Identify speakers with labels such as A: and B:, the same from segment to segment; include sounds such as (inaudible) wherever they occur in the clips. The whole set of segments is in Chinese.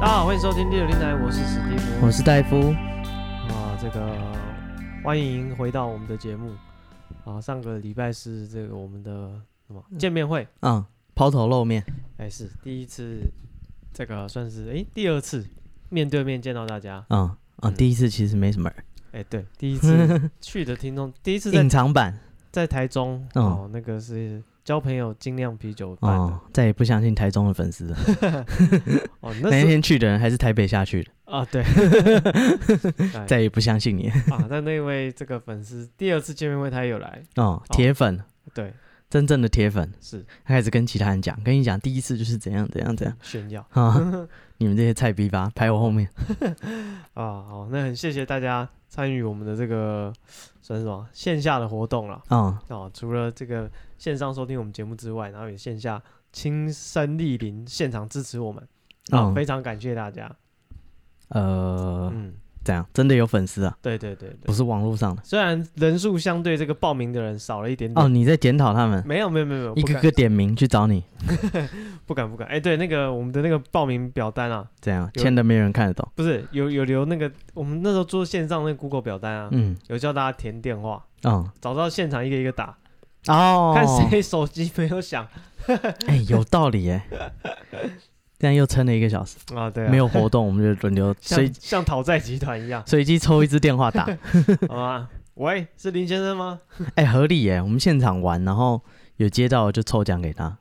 A: 大家好，欢迎收听第六电台，我是史蒂夫。
B: 我是戴夫，
A: 啊，这个欢迎回到我们的节目。啊，上个礼拜是这个我们的什么见面会？
B: 嗯，抛头露面，
A: 哎，是第一次，这个算是哎第二次面对面见到大家。
B: 嗯啊、
A: 嗯
B: 第一次其实没什么人，
A: 哎，对，第一
B: (laughs)
A: 次去的听众，第一次在
B: 隐藏版
A: 在台中
B: 嗯
A: 哦，那个是交朋友精酿啤酒办的
B: 哦，再也不相信台中的粉丝了。
A: (laughs) 哦，那
B: 那
A: 是
B: 天去的人还是台北下去的，
A: 啊，
B: (laughs)
A: 对，哎
B: 再也不相信你。
A: (laughs) 啊，那那位这个粉丝第二次见面会他也有来，
B: 哦，铁粉，
A: 对，
B: 真正的铁粉，
A: 是
B: 他开始跟其他人讲，跟你讲，第一次就是怎样怎样怎样
A: 炫耀。
B: 啊、
A: (laughs)
B: 你们这些菜逼吧，排我后面。
A: 啊，好，那很谢谢大家参与我们的这个算是什么线下的活动了
B: 嗯，
A: 啊！除了这个线上收听我们节目之外，然后也线下亲身莅临现场支持我们啊，
B: 嗯
A: 非常感谢大家。
B: 呃，
A: 嗯，
B: 怎样？真的有粉丝啊，
A: 对对对对
B: 不，是网络上的。
A: 虽然人数相对这个报名的人少了一点
B: 哦，
A: 点，
B: 你在检讨他们，
A: 没有没有没有没有，
B: 一
A: 嗯不
B: 个
A: 敢
B: 个点名去找你，
A: 不敢不敢。哎，对，那个我们的那个报名表单啊，
B: 怎样？
A: 有
B: 签的没人看得懂。
A: 不是有有留那个我们那时候做线上那个 Google 表单啊，
B: 嗯，
A: 有叫大家填电话，
B: 嗯，
A: 找到现场一个一个打，
B: 哦，
A: 看谁手机没有响。
B: (laughs) 哎、有道理
A: (laughs)
B: 哎、这样又撑了一个小时，
A: 啊，对啊，
B: 没有活动，我们就
A: (laughs)
B: 轮流
A: 像
B: 随，
A: 像讨债集团一样
B: (laughs) 随机抽一支电话打，
A: 啊好吗？喂，是林先生吗？
B: (laughs) 哎、合理耶、我们现场玩，然后有接到就抽奖给他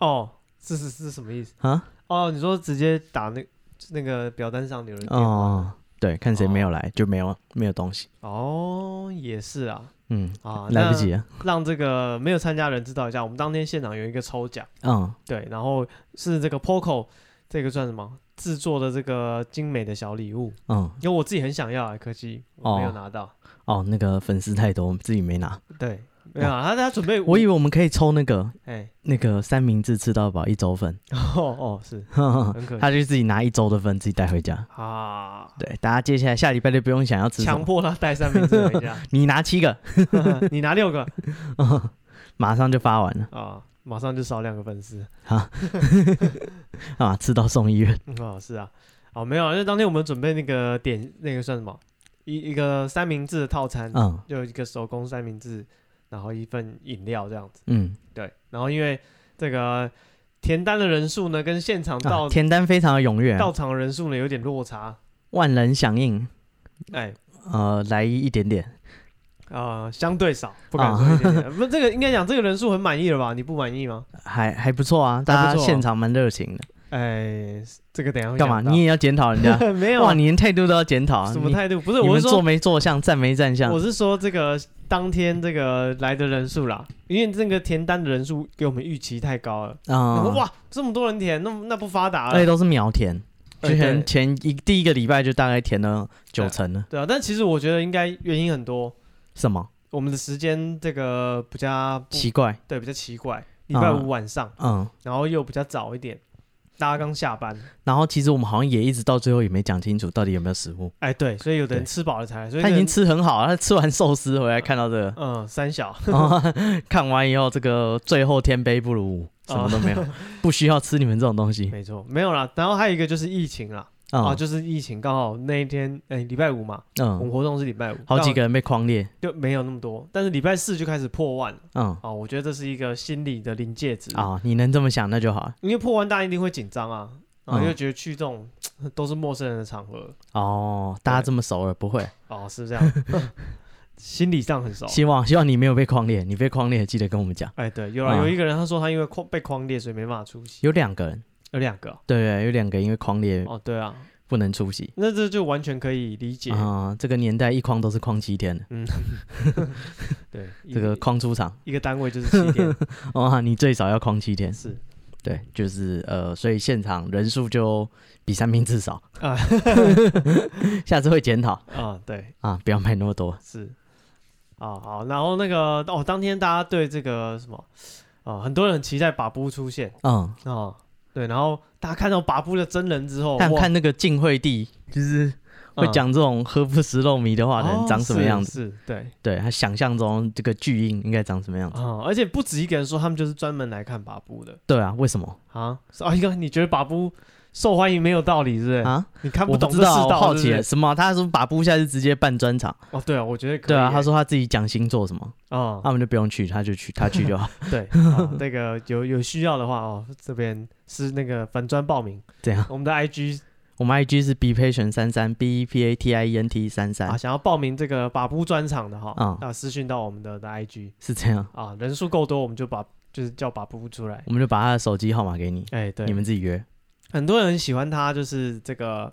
A: 哦，是是是什么意思？
B: 啊，
A: 哦，你说直接打那那个表单上有哦人电话？
B: 哦，对，看谁没有来就没有没有东西，
A: 哦，也是啊，
B: 嗯，
A: 啊，
B: 来不及了，
A: 那让这个没有参加的人知道一下，我们当天现场有一个抽奖，
B: 嗯，
A: 对，然后是这个 POCO 这个算什么制作的这个精美的小礼物，
B: 嗯，
A: 因为我自己很想要，啊可惜我没有
B: 哦
A: 拿到。
B: 哦，那个粉丝太多，我们自己没拿，
A: 对，没有啊，他他准备
B: 我以
A: 为
B: 为我们可以抽那个
A: 哎，
B: 那个三明治吃到饱一周份，
A: 哦哦是
B: (laughs)
A: 很可惜
B: 他就自己拿一周的份自己带回家。
A: 啊，
B: 对，大家接下来下礼拜就不用想要吃什
A: 强
B: 么，
A: 迫他带三明治回家，
B: (laughs) 你拿七个，
A: 你拿六个
B: (laughs) 马上就发完了。
A: 啊，马上就少两个粉丝
B: (laughs) 啊，吃到送医院。
A: 嗯啊，是啊，哦没有啊，因为当天我们准备那个点那个算什么一一个三明治的套餐，
B: 嗯
A: 就一个手工三明治，然后一份饮料这样子，
B: 嗯，
A: 对，然后因为这个填单的人数呢跟现场到、
B: 啊，填单非常的踊跃啊，
A: 到场人数呢有点落差，
B: 万人响应，
A: 哎。
B: 呃，来一点点。
A: 啊、相对少，不敢
B: 啊
A: 说一点点。不，这个应该讲这个人数很满意了吧？你不满意吗？
B: 还还不错啊，大
A: 还不
B: 家
A: 错
B: 现场蛮热情的。
A: 哎，这个等一下会
B: 干嘛？
A: 讲到
B: 你也要检讨人家？
A: (laughs) 没有啊
B: 哇，你连态度都要检讨啊？
A: 什么
B: 你
A: 态度？不是，
B: 你
A: 我
B: 们
A: 是
B: 做
A: 说，
B: 没做相，站没站相
A: 我？是说这个当天这个来的人数啦，因为这个填单的人数给我们预期太高了。我说
B: 啊，
A: 哇，这么多人填，那那不发达
B: 而且
A: 了。
B: 都是秒填，
A: 哎
B: 之前
A: 对
B: 前一第一个礼拜就大概填了九成了。
A: 对啊，但其实我觉得应该原因很多，
B: 什么
A: 我们的时间这个比较不
B: 奇怪？
A: 对比较奇怪，礼拜
B: 啊
A: 五晚上，
B: 嗯，
A: 然后又比较早一点，大家刚下班。
B: 然后其实我们好像也一直到最后也没讲清楚到底有没有食物。
A: 哎，对，所以有的人
B: 对
A: 吃饱了才来，所以
B: 他已
A: 这个
B: 经吃很好了，他吃完寿司回来看到这个，
A: 嗯三小
B: 哦， (laughs) 看完以后，这个最后天杯不如舞，
A: 哦
B: 什么都
A: (laughs)
B: 没有，不需要吃你们这种东西。
A: 没错没有啦。然后还有一个就是疫情啦，啊，
B: 啊，
A: 就是疫情刚好那一天，哎，礼拜五嘛，我们
B: 嗯，
A: 活动是礼拜五，
B: 好几
A: 刚
B: 个人被框列，
A: 就没有那么多，但是礼拜四就开始破万了
B: 嗯，
A: 啊！我觉得这是一个心理的临界值，
B: 啊，你能这么想那就好了。
A: 因为破万大家一定会紧张啊，啊，
B: 嗯
A: 又觉得去这种都是陌生人的场合，
B: 哦，大家这么熟了，不会。
A: 哦，是不是这样， (laughs) 心理上很熟。
B: 希望希望你没有被框列，你被框列记得跟我们讲。
A: 哎，对，有了
B: 嗯
A: 有一个人他说他因为框被框列，所以没办法出席，
B: 有两个人，
A: 有两个
B: 对对，有两个因为框列
A: 哦，对啊，
B: 不能出席
A: 那这就完全可以理解。
B: 啊、这个年代一框都是框七天，
A: 嗯，对，一
B: 这个框出场
A: 一个单位就是七天，
B: (laughs) 哇，你最少要框七天。
A: 是
B: 对，就是呃，所以现场人数就比三明治少
A: 啊
B: (laughs) 下次会检讨
A: 啊，对，
B: 啊，不要买那么多。
A: 是啊，好，然后那个哦，当天大家对这个什么啊，很多人很期待把布出现
B: 嗯，
A: 啊，对，然后大家看到把布的真人之后，
B: 看
A: 哇
B: 嗯看那个晋惠帝，就是会
A: 嗯
B: 讲这种喝不食肉糜的话的人长什么样子。
A: 子？哦是是对
B: 对他想象中这个巨婴应该长什么样子。
A: 啊，而且不止一个人说，他们就是专门来看把布的
B: 对啊，为什么
A: 啊。是啊，一个你觉得把布受欢迎没有道理，是不是？
B: 啊？
A: 你看
B: 我
A: 懂
B: 不
A: 这
B: 知
A: 世
B: 道，我
A: 道，
B: 好
A: 是不
B: 奇
A: 是
B: 了什么？啊他说把布下是直接办专场。
A: 哦，对啊，我觉得可以。
B: 对啊，他说他自己讲星座什么， (laughs)
A: 啊，
B: 他们就不用去，他就去，他去就好。 (laughs)
A: 对，啊那个有有需要的话哦，这边是那个粉砖报名，
B: 这样，
A: 我们的 IG
B: 我们 IG 是 b patient 三三 b e p a t i e n t 三
A: 啊，
B: 三，
A: 想要报名这个把布专场的哈，
B: 嗯
A: 啊，私讯到我们的的 IG
B: 是这样。
A: 啊，人数够多，我们就把就是叫把布出来。
B: 我们就把他的手机号码给你，
A: 哎，对，
B: 你们自己约。
A: 很多人喜欢他，就是这个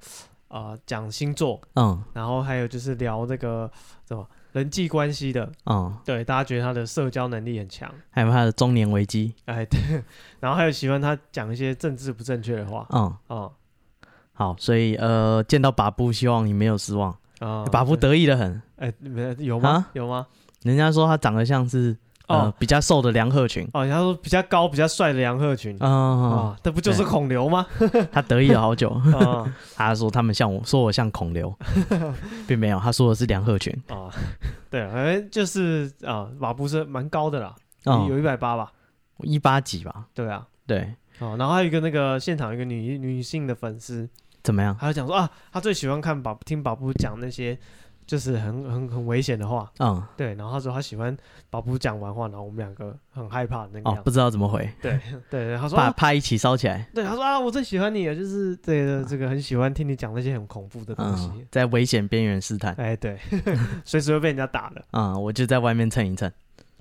A: 呃讲星座，
B: 嗯
A: 然后还有就是聊那个什么人际关系的，
B: 嗯，
A: 对，大家觉得他的社交能力很强，
B: 还有他的中年危机。
A: 哎，对，然后还有喜欢他讲一些政治不正确的话，
B: 嗯，
A: 啊
B: 好，所以呃，见到把布，希望你没有失望。
A: 啊，
B: 把布得意的很，
A: 哎，没有有吗
B: 啊？
A: 有吗？
B: 人家说他长得像是呃
A: 哦
B: 比较瘦的梁鹤群。
A: 哦，人家说比较高、比较帅的杨鹤群
B: 嗯，
A: 啊，那不就是
B: 对
A: 孔刘
B: (laughs)
A: 吗？
B: 嗯他得意了好久。 (laughs)
A: 啊
B: 他说他们像我，说我像孔刘， (laughs) 并没有，他说的是梁鹤群。
A: 啊， (laughs) 对，反正就是啊，马步是蛮高的啦，有
B: 嗯，
A: 一百八吧，
B: 一八几吧？
A: 对啊。
B: 对，
A: 哦，然后还有一个那个现场有一个女女性的粉丝，
B: 怎么样？
A: 她就讲说啊，她最喜欢看宝听宝布讲那些就是很很很危险的话，
B: 嗯，
A: 对，然后她说她喜欢宝布讲完话，然后我们两个很害怕的那个
B: 哦
A: 样，
B: 不
A: 子，
B: 知道怎么回，
A: 对，然后她说、
B: 怕
A: 啊、
B: 怕一起烧起来。
A: 对，她说啊，我最喜欢你了，就是对的这个很喜欢听你讲那些很恐怖的东西，
B: 啊嗯，在危险边缘试探。
A: 哎，对， (laughs) 随时会被人家打的
B: 嗯，我就在外面蹭一蹭。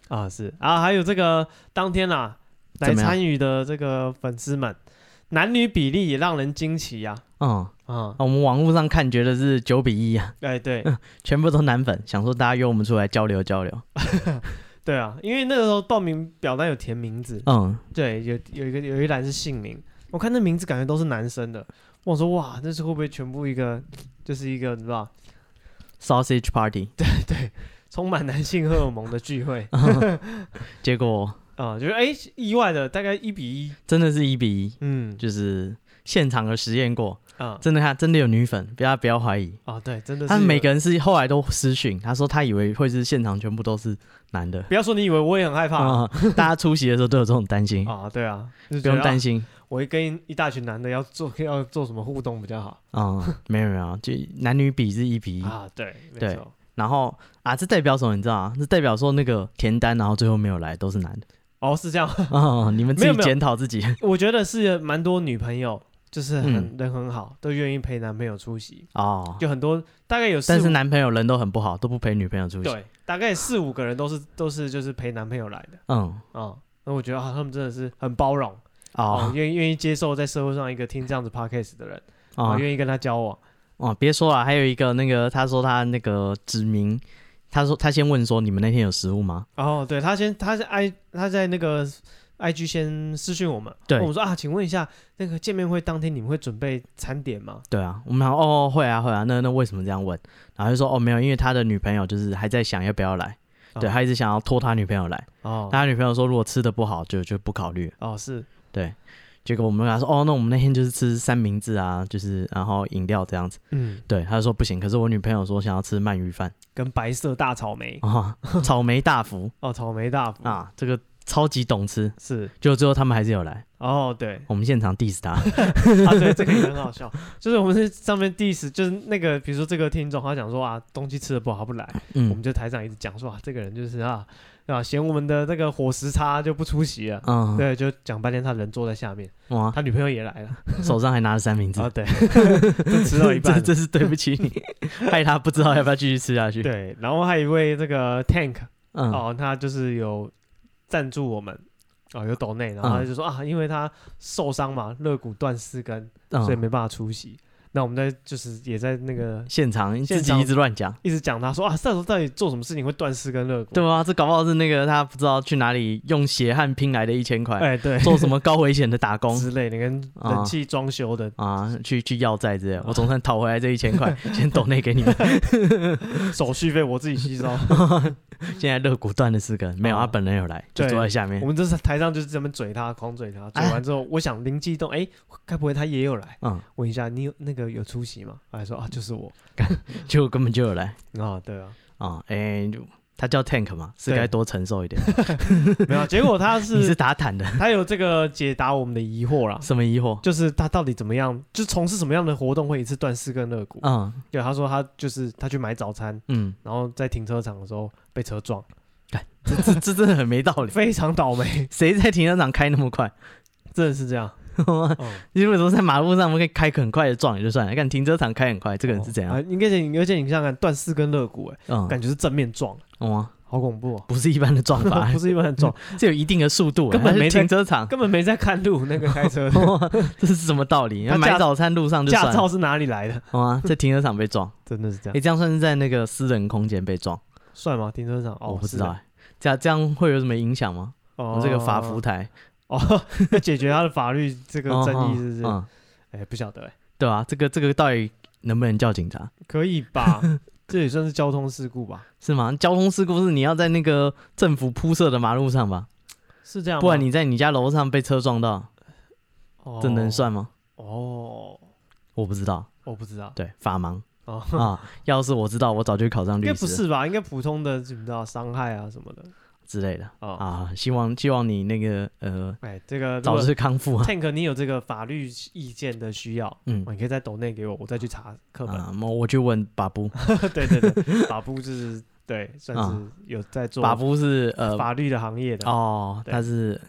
A: 啊，是啊，还有这个当天啦、来
B: 怎么样
A: 参与的这个粉丝们，男女比例也让人惊奇呀、
B: 嗯，
A: 啊，
B: 啊我们网络上看觉得是九比一啊，
A: 哎，对，
B: (laughs) 全部都男粉，想说大家约我们出来交流交流。
A: 对啊，因为那个时候报名表单有填名字，
B: 嗯，
A: 对，有有一个有一栏是姓名，我看那名字感觉都是男生的，我说哇，这是会不会全部一个就是一个你知道吧
B: sausage party， (laughs)
A: 充满男性荷尔蒙的聚会 (laughs)
B: 结果
A: 啊？就是哎意外的大概一比一，
B: 真的是一比一，
A: 嗯
B: 就是现场有实验过，
A: 啊
B: 真的看真的有女粉，不要不要怀疑。
A: 啊对，真的是
B: 他们每
A: 有
B: 个人是后来都私讯，他说他以为会是现场全部都是男的，
A: 不要说你以为我也很害怕啊 (laughs)
B: 啊、大家出席的时候都有这种担心，
A: 啊，对啊，就
B: 不用担
A: 心。 (laughs)
B: 心。
A: 我一跟一大群男的要做要做什么互动比较好
B: 嗯，没有没有，就男女比是一比一、
A: 啊？对，没
B: 对
A: 错。
B: 然后啊，这代表什么？你知道啊？这代表说那个填单，然后最后没有来都是男的。
A: 哦，是这样。 (laughs)
B: (laughs) 哦，你们自
A: 没有
B: 己
A: 没有
B: 检讨自己。
A: 我觉得是蛮多女朋友就是
B: 嗯
A: 很、人很好，都愿意陪男朋友出席，
B: 哦，
A: 就很多大概有四
B: 但是
A: 五
B: 男朋友人都很不好，都不陪女朋友出去。
A: 对，大概四五个人都是都是就是陪男朋友来的
B: 嗯，
A: 啊。那、我觉得啊，他们真的是很包容啊，
B: 哦
A: 愿意愿意接受在社会上一个听这样子 podcast 的人啊，
B: 哦
A: 愿意跟他交往
B: 哦，别说了，还有一个那个，他说他那个指名，他说他先问说你们那天有食物吗？
A: 哦，对他先，他是 i 他在那个 i g 先私讯我们，
B: 对
A: 问我们说啊，请问一下，那个见面会当天你们会准备餐点吗？
B: 对啊，我们想哦会啊会啊，那那为什么这样问？然后就说哦没有，因为他的女朋友就是还在想要不要来，
A: 啊
B: 对他一直想要拖他女朋友来，
A: 哦
B: 但他女朋友说如果吃的不好就就不考虑了。
A: 哦是
B: 结果我们跟他说，哦，那我们那天就是吃三明治啊，就是然后饮料这样子。
A: 嗯，
B: 对，他就说不行，可是我女朋友说想要吃鳗鱼饭
A: 跟白色大草莓
B: 啊、草莓大福
A: 哦，草莓大福
B: 啊，这个超级懂吃。
A: 是
B: 就最后他们还是有来，
A: 哦对
B: 我们现场 diss
A: (laughs)
B: 他，
A: 啊对，这个也很好笑， (laughs) 就是我们在上面 diss，就是那个比如说这个听众他讲说啊，东西吃的不好他不来，我
B: 嗯
A: 们就台长一直讲说啊，这个人就是啊啊嫌我们的那个伙食差就不出席了，
B: 嗯，
A: 对，就讲半天他人坐在下面，
B: 哇，
A: 他女朋友也来了。
B: 手上还拿着
A: (laughs)
B: 三明治
A: 啊，，
B: (laughs)
A: 对，就吃到一半
B: 这
A: 了。
B: 这是对不
A: (laughs)
B: 起你，害他不知道要不要继续吃下去。，
A: 对，然后还有一位这个 Tank
B: 嗯，
A: 哦，他就是有赞助我们哦，有
B: 嗯
A: 抖内，然后他就说啊，因为他受伤嘛，肋骨断四根，所以
B: 嗯，
A: 没办法出席。那我们在就是也在那个
B: 现场自
A: 现
B: 己
A: 场
B: 一直乱讲，
A: 一直讲他说啊，射手到底做什么事情会断翅跟肋骨？
B: 对，啊，这搞不好是那个他不知道去哪里用血汗拼来的一千块，
A: 哎对，
B: (laughs) 做什么高危险的打工
A: 之类的，跟
B: 啊
A: 人气装修的，
B: 啊，去去要债之类的。我总算讨回来这一千
A: (laughs)
B: 块，先抖内给你们。 (laughs)
A: 手续费我自己吸收。
B: 现在肋骨断了四根，没有，
A: 哦
B: 他本人有来，就
A: 对
B: 坐在下面
A: 我。们就是台上就是这么嘴他，狂嘴他，嘴
B: 哎
A: 完之后，我想灵机一动，哎，该不会他也有来？
B: 嗯，
A: 问一下你有那个有出席吗？他还说啊，就是我。
B: 结果根本 (laughs) 就有来
A: 啊，对
B: (laughs)
A: 啊，
B: 啊，哎，就他叫 Tank 嘛，是
A: 对
B: 该多承受一点。
A: 没有啊，结果他
B: 你是
A: 是
B: 打坦
A: (laughs)
B: 的，
A: 他有这个解答我们的疑惑啦，
B: 什么疑惑？
A: 就是他到底怎么样，就从事什么样的活动会一次断四根肋骨？
B: 嗯
A: 对，他说他就是他去买早餐，
B: 嗯，
A: 然后在停车场的时候被车撞，
B: 这这这真的很没道理。
A: 非常倒霉，
B: (laughs) 谁在停车场开那么快？ (laughs)
A: 真的是这样。嗯
B: 你为什么在马路上我们可以开很快的撞也就算了，看停车场开很快，这个人是怎
A: 哦
B: 样？
A: 啊应该是，而且你想想看，断四根肋骨，哎，
B: 嗯，
A: 感觉是正面撞，
B: 哇，
A: 好恐怖哦！
B: 不是一般的撞
A: (laughs)
B: 法
A: 不，是一般人
B: (laughs)
A: 撞，
B: 这有一定的速度，啊
A: 根本
B: 还是
A: 没在
B: 停车场，
A: 根本没在看路，那个开
B: (laughs)
A: 车的
B: 哇这是什么道理？
A: 他驾
B: 买早餐路上就
A: 驾
B: 算
A: 照
B: 了，
A: 是哪里来的？
B: 哇，在停车场被
A: (laughs)
B: 撞，
A: 真的是这
B: 哎、
A: 样，
B: 这样算是在那个私人空间被撞？
A: 算吗？停车场？哦，
B: 我不
A: 是
B: 知道、
A: 的，
B: 哎，这样这样会有什么影响吗？我
A: 哦
B: 们这个法服台，
A: 哦， (laughs) 要解决他的法律这个
B: 哦
A: 争议是不是？
B: 嗯，
A: 哎，不晓得哎，
B: 对啊，这个这个到底能不能叫警察？
A: 可以
B: (laughs)
A: 吧？这也算是交通事故吧？
B: 是吗？交通事故是你要在那个政府铺设的马路上吧，
A: 是啊这样吗，
B: 不然你在你家楼上被车撞到，
A: 哦
B: 这能算吗？
A: 哦？
B: 我不知道，
A: 我不知道
B: 对，法盲
A: 哦，
B: 啊，要是我知道，我早就考上
A: 应
B: 律
A: 该不
B: 师
A: 是吧？应该普通的，你知道伤害啊什么的
B: 之类的
A: 啊。
B: 啊。希望希望你那个呃
A: 哎，这个如
B: 早
A: 果
B: 日康复
A: (laughs)
B: 啊，
A: Tank，你有这个法律意见的需要，
B: 嗯
A: 哦你可以在抖内给我，我再去查课本。
B: 啊，我我去问把布，
A: (laughs) 对对对，法布就是对，算是
B: 啊
A: 有在做
B: 把布是呃
A: 法律的行业的，
B: 哦，
A: 对
B: 他是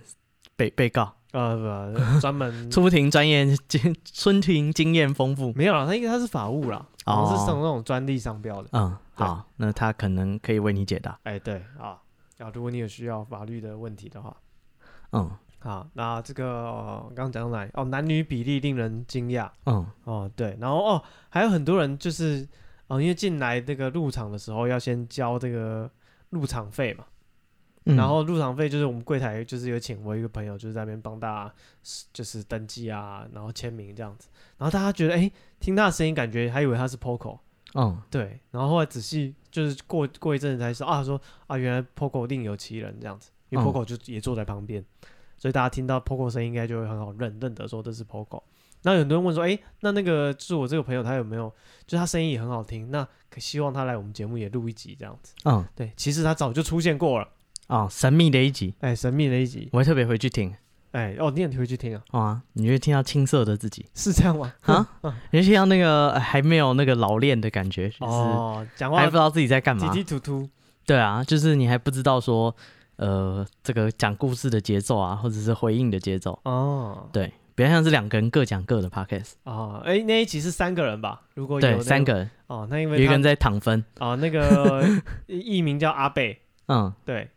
B: 被被告，
A: 呃，不专
B: (laughs)
A: 门
B: 出庭专业经 (laughs) 出庭经验丰富，
A: 没有啦，他应该他是法务啦，
B: 哦
A: 好像是上那种专利商标的。
B: 嗯，
A: 对
B: 好，那他可能可以为你解答，
A: 哎，对啊，啊，如果你有需要法律的问题的话，
B: 嗯
A: 啊，那这个呃刚刚讲到哪里？哦，男女比例令人惊讶
B: 嗯
A: 哦，对，然后哦，还有很多人就是哦，因为进来这个入场的时候要先交这个入场费嘛。
B: 嗯，
A: 然后入场费就是我们柜台就是有请我一个朋友，就是在那边帮大家就是登记啊，然后签名这样子。然后大家觉得，哎，听他的声音，感觉还以为他是 POCO，
B: 嗯
A: 对。然后后来仔细就是过过一阵子才知道啊，说啊，原来 POCO 另有其人这样子，因为
B: 嗯
A: POCO 就也坐在旁边，所以大家听到 POCO 声音应该就会很好认认得说这是 POCO。那有很多人问说，哎，那那个就是我这个朋友他有没有，就是他声音也很好听，那可希望他来我们节目也录一集这样子。
B: 嗯
A: 对，其实他早就出现过了，
B: 哦，神秘的一集，
A: 哎，神秘的一集。
B: 我会特别回去听。
A: 哎，哦，你也回去听啊？
B: 哦啊，你会听到青涩的自己
A: 是这样吗？
B: (laughs) 啊，你会听到那个呃还没有那个老练的感觉，就
A: 嗯
B: 是
A: 哦，讲
B: 还
A: 话
B: 不知道自己在干
A: 滴
B: 嘛。
A: 滴突突，
B: 对啊，就是你还不知道说，呃，这个讲故事的节奏啊，或者是回应的节奏，
A: 哦
B: 对，比较像是两个人各讲各的 podcast，
A: 哦，哎，那一集是三个人吧？如果有那
B: 对，三个人，
A: 哦，那因
B: 有
A: 为
B: 一个
A: 他
B: 人在躺分，
A: 哦，那
B: (laughs)
A: 个艺名叫阿贝，
B: 嗯，
A: 对，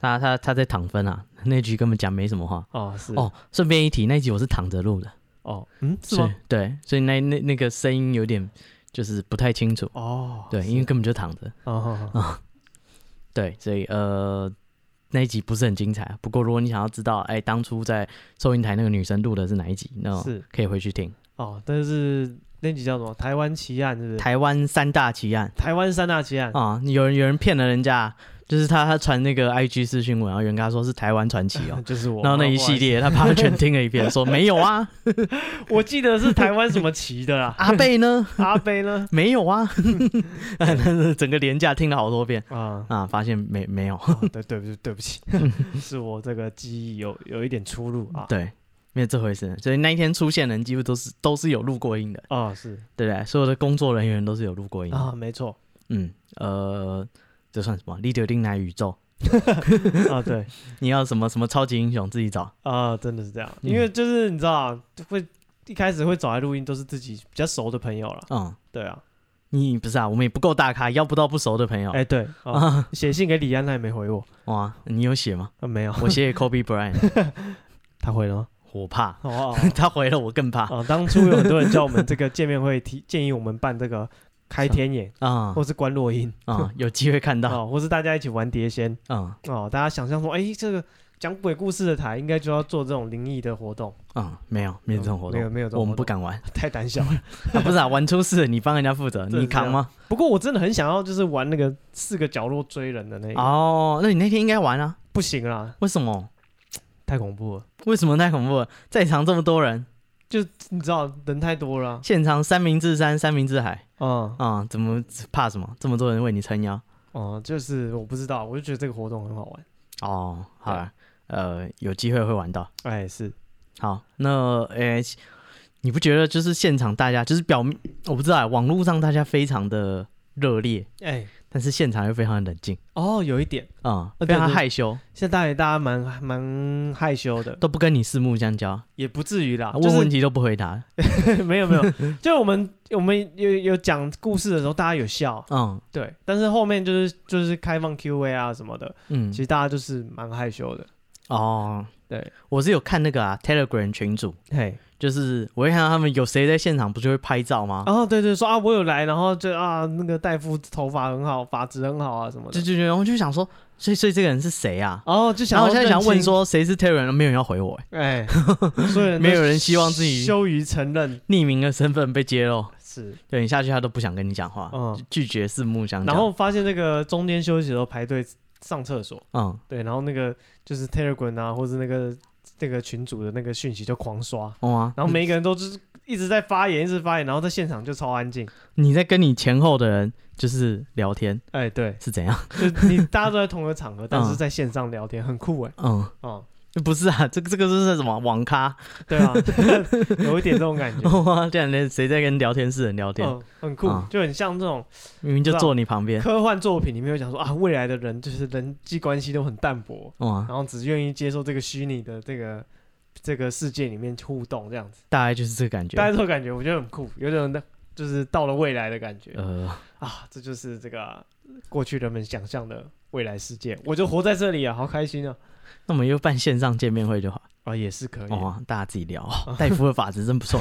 B: 他他他在躺分啊，那局根本讲没什么话。
A: 哦是
B: 哦，顺便一提，那一集我是躺着录的，
A: 哦嗯是吗？？
B: 对，所以那那那个声音有点就是不太清楚，
A: 哦
B: 对，
A: 是
B: 因为根本就躺着，
A: 哦哦哦
B: 对，所以呃那一集不是很精彩啊。不过如果你想要知道，哎，当初在收银台那个女生录的是哪一集，那
A: 是
B: 可以回去听。
A: 哦，但是那集叫什么？台湾奇案是不是？
B: 台湾三大奇案
A: 台湾三大奇案。
B: 啊、有人有人骗了人家，就是他他传那个 IG 私讯文，然后有人跟他说是台湾传奇
A: (laughs)
B: 哦
A: 就是我，
B: 然后那一系列，他把他全听了一遍，说没有
A: (laughs)
B: 啊，
A: 哦，不好意思我记得是台湾什么奇的
B: (laughs)
A: 啦，
B: 阿贝呢？
A: 阿贝呢？
B: 没有啊， (laughs) 整个廉价听了好多遍
A: 啊，
B: 啊，发现没没有，
A: 哦对对不起对不起， (laughs) 是我这个记忆有有一点出入啊。
B: 对，没有这回事。所以那一天出现的人几乎都是都是有录过音的，
A: 啊，是
B: 对不对？所有的工作人员都是有录过音的。
A: 啊，没错
B: 嗯，呃，这算什么？立丢定来宇宙，
A: 啊，对
B: 你要什么什么超级英雄自己找。
A: 啊，真的是这样，
B: 嗯
A: 因为就是你知道啊会一开始会找来录音都是自己比较熟的朋友了，
B: 嗯，
A: 对啊，
B: 你不是啊，我们也不够大咖，要不到不熟的朋友。
A: 哎对啊，
B: 啊，
A: 写信给李安他也没回我，
B: 哇，你有写吗？
A: 啊没有， (laughs)
B: 我写给 Kobe Bryant，
A: 他回了吗？
B: 我怕，
A: 哦，
B: (laughs) 他回了我更怕
A: 哦，当初有很多人叫我们这个见面会提建议我们办这个开天眼，
B: 啊
A: 或是观落音
B: 啊，有机会看到
A: 哦，或是大家一起玩碟仙
B: 啊
A: 哦，大家想象说，哎，这个讲鬼故事的台应该就要做这种灵异的活动，哦
B: 啊，没有没有这种活
A: 没有
B: 动，
A: 没有这种活动，
B: 我们不敢玩，
A: 太胆小了。 (laughs)
B: 啊不是啊，玩出事你帮人家负责，
A: 真的
B: 你
A: 是这啊样
B: 扛吗？
A: 不过我真的很想要，就是玩那个四个角落追人的那个，
B: 哦，那你那天应该玩啊，
A: 不行啦，
B: 为什么？
A: 太恐怖了，
B: 为什么太恐怖了？在场这么多人，
A: 你知道人太多了啊，
B: 现场三明治山、三明治海
A: 嗯
B: 啊、怎么怕什么？这么多人为你撑腰
A: 哦，就是我不知道，我就觉得这个活动很好玩。
B: 哦，好啦，呃，有机会会玩到。
A: 哎，是，
B: 好，那诶、你不觉得就是现场大家就是表面我不知道啊，网络上大家非常的热烈，
A: 哎，
B: 但是现场又非常的冷静
A: 哦，有一点，
B: 啊、
A: 呃对
B: 非常
A: 对
B: 害羞，
A: 现在大家蛮蛮害羞的，
B: 都不跟你四目相交，
A: 也不至于啦，
B: 啊
A: 就
B: 问问
A: 是
B: 题都不回答。
A: (laughs) 没有没
B: (laughs)
A: 有，就是我们我们有有讲故事的时候，大家有笑，
B: 嗯
A: 对，但是后面就是就是开放 Q&A 啊什么的，
B: 嗯 (laughs)
A: 其，实大家就是蛮害羞的，
B: 哦，
A: 对，
B: 我是有看那个啊 Telegram 群组，
A: 嘿，
B: 就是我会看到他们有谁在现场，不就会拍照吗？
A: 然后对对说啊我有来，然后就啊那个戴夫头发很好，发质很好啊什么
B: 就
A: 的，
B: 就就然后就想说，所以所以这个人是谁啊？
A: 哦就想
B: 然后我现
A: 认
B: 在想问
A: 清，
B: 说，谁是 Terry？然后没有人要回我、
A: 哎，
B: 欸，
A: (laughs) 所以
B: 没有
A: 都
B: 人希望自己
A: 羞于承认
B: 匿名的身份被揭露，
A: 是，
B: 对你下去他都不想跟你讲话，
A: 嗯
B: 就拒绝四目相交。
A: 然后发现那个中间休息的时候排队上厕所。
B: 嗯，
A: 对，然后那个就是 Telegram 啊，或者那个那个群主的那个讯息就狂刷，
B: 哇、啊，
A: 然后每一个人都就是一直在发言，一直发言，然后在现场就超安静。
B: 你在跟你前后的人就是聊天
A: 哎，对，
B: 是怎样？
A: (laughs) 就你大家都在同一个场合，但是在线上聊天很酷哎，
B: 嗯，
A: 哦、
B: 不是啊，这个这个是什么网咖？
A: (laughs) 对啊，有一点这种感
B: (laughs)
A: 觉，
B: 哇，这两天谁在跟聊天室人聊天？
A: 嗯，很酷，
B: 哦嗯
A: 就很像这种
B: 明明就
A: 不知道
B: 坐你旁边。
A: 科幻作品里面有讲说啊，未来的人就是人际关系都很淡薄，
B: 哇，
A: 然后只愿意接受这个虚拟的这个。这个世界里面互动这样子，
B: 大概就是这个感觉
A: 大。家这种感觉我觉得很酷，有种就是到了未来的感觉。
B: 呃，
A: 啊，这就是这个啊过去人们想象的未来世界，我就活在这里啊，好开心啊！
B: 那我们又办线上见面会就好。
A: 啊，也是可以，
B: 哦，大家自
A: (laughs)
B: 己聊。戴夫的法子真不错，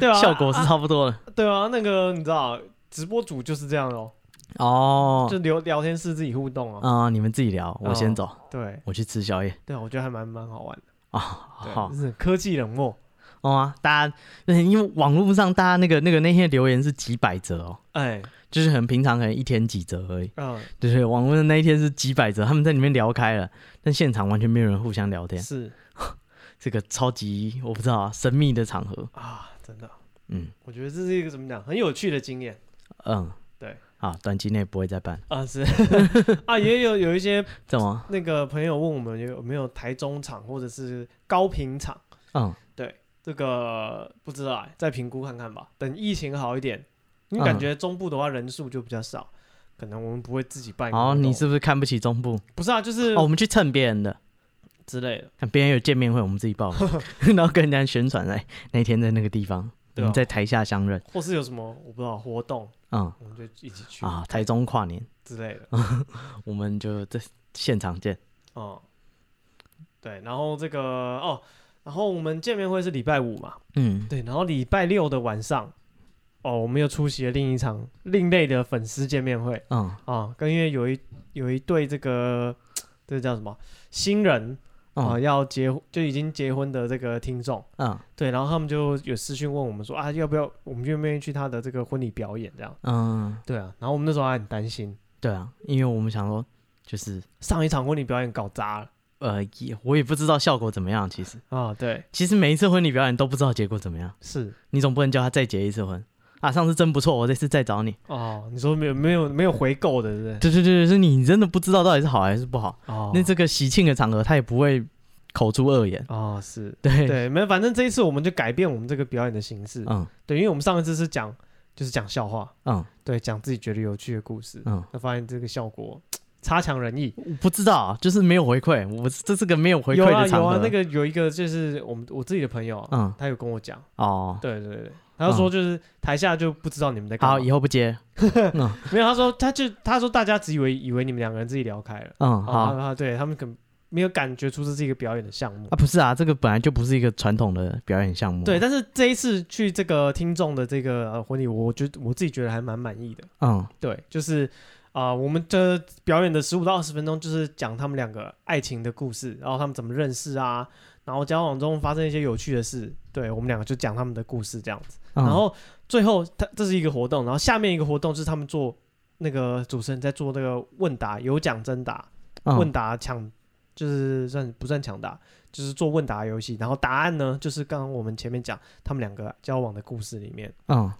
A: 对啊，
B: 效果是
A: 啊
B: 差
A: (laughs)
B: 不多的。
A: 对啊，那个你知道，直播主就是这样哦，
B: 哦，
A: 就聊聊天室自己互动啊，
B: 啊、你们自己聊，我先走，
A: 对
B: 我去吃宵夜
A: 对啊，我觉得还蛮蛮好玩的，
B: 啊。
A: 对，
B: 好，
A: 就是科技冷漠，
B: 哦啊，大家，嗯因为网络上大家那个那个那些留言是几百折哦，
A: 哎，
B: 就是很平常，可能一天几折而已。
A: 嗯，
B: 对对，网络上那一天是几百折，他们在里面聊开了，但现场完全没有人互相聊天，
A: 是
B: 这个超级我不知道啊，神秘的场合。
A: 啊，真的，
B: 嗯
A: 我觉得这是一个怎么讲，很有趣的经验
B: 嗯，
A: 对。
B: 啊，短期内不会再办，
A: 啊， (laughs) 是啊，也有有一些
B: 怎么？
A: 那个朋友问我们有没有台中场或者是高频场。
B: 嗯，
A: 这个不知道、欸，再评估看看吧。等疫情好一点，你
B: 嗯
A: 感觉中部的话人数就比较少，可能我们不会自己办一个活
B: 哦，
A: 动。
B: 你是不是看不起中部？
A: 不是啊？就是
B: 哦，我们去蹭别人的，
A: 之类的。
B: 看别人有见面会，我们自己 (laughs) 报名，然后跟人家宣传，哎，那天在那个地方，我
A: 对啊
B: 们在台下相认，
A: 或是有什么我不知道活动，
B: 嗯
A: 我们就一起去
B: 啊，台中跨年，
A: 之类的。
B: 我们就在现场见。
A: 嗯，对。然后这个哦，然后我们见面会是礼拜五嘛？
B: 嗯，
A: 对。然后礼拜六的晚上，哦，我们又出席了另一场另类的粉丝见面会。
B: 嗯，
A: 啊，跟因为有一有一对这个这叫什么新人啊、
B: 嗯，
A: 要结婚就已经结婚的这个听众，
B: 嗯，
A: 对，然后他们就有私讯问我们说啊，要不要我们愿不愿意去他的这个婚礼表演这样？
B: 嗯，
A: 对啊，然后我们那时候还很担心，
B: 对啊，因为我们想说，就是
A: 上一场婚礼表演搞砸了
B: 呃，也我也不知道效果怎么样。其实，
A: 啊，对，
B: 其实每一次婚礼表演都不知道结果怎么样，
A: 是
B: 你总不能叫他再结一次婚啊。上次真不错，我这次再找你。
A: 哦，你说没有没有没有回购的，对不对？
B: 对对对对，是你真的不知道到底是好还是不好。
A: 哦，
B: 那这个喜庆的场合，他也不会口出恶言。
A: 哦是。
B: 对，
A: 对，没有，反正这一次我们就改变我们这个表演的形式。
B: 嗯
A: 对，因为我们上一次是讲，就是讲笑话，
B: 嗯
A: 对，讲自己觉得有趣的故事。
B: 嗯。
A: 那发现这个效果差强人意。
B: 我不知道啊，就是没有回馈，我这是个没有回
A: 有
B: 馈
A: 啊
B: 的场
A: 有
B: 合。
A: 啊，那个有一个就是我们我自己的朋友啊，
B: 嗯
A: 他有跟我讲，
B: 哦，
A: 对啊对对，他就说就是台下就不知道你们在干
B: 好，
A: 嘛，
B: 以后不接。嗯
A: 没有，他说他就他说大家只以为以为你们两个人自己聊开了，
B: 嗯，
A: 啊
B: 好，
A: 啊，对他们可能没有感觉出这是一个表演的项目
B: 啊，。不是啊，这个本来就不是一个传统的表演项目。
A: 对，，但是这一次去这个听众的这个呃婚礼，我觉得我自己觉得还蛮满意的。
B: 嗯，
A: 对，就是啊、我们的表演的十五到二十分钟，就是讲他们两个爱情的故事，然后他们怎么认识啊，然后交往中发生一些有趣的事。对我们两个就讲他们的故事这样子，
B: 嗯
A: 然后最后他这是一个活动，然后下面一个活动就是他们做那个主持人在做那个问答，有奖征答，
B: 嗯
A: 问答抢。就是算不算抢答，就是做问答游戏，然后答案呢，就是刚刚我们前面讲他们两个交往的故事里面，
B: 嗯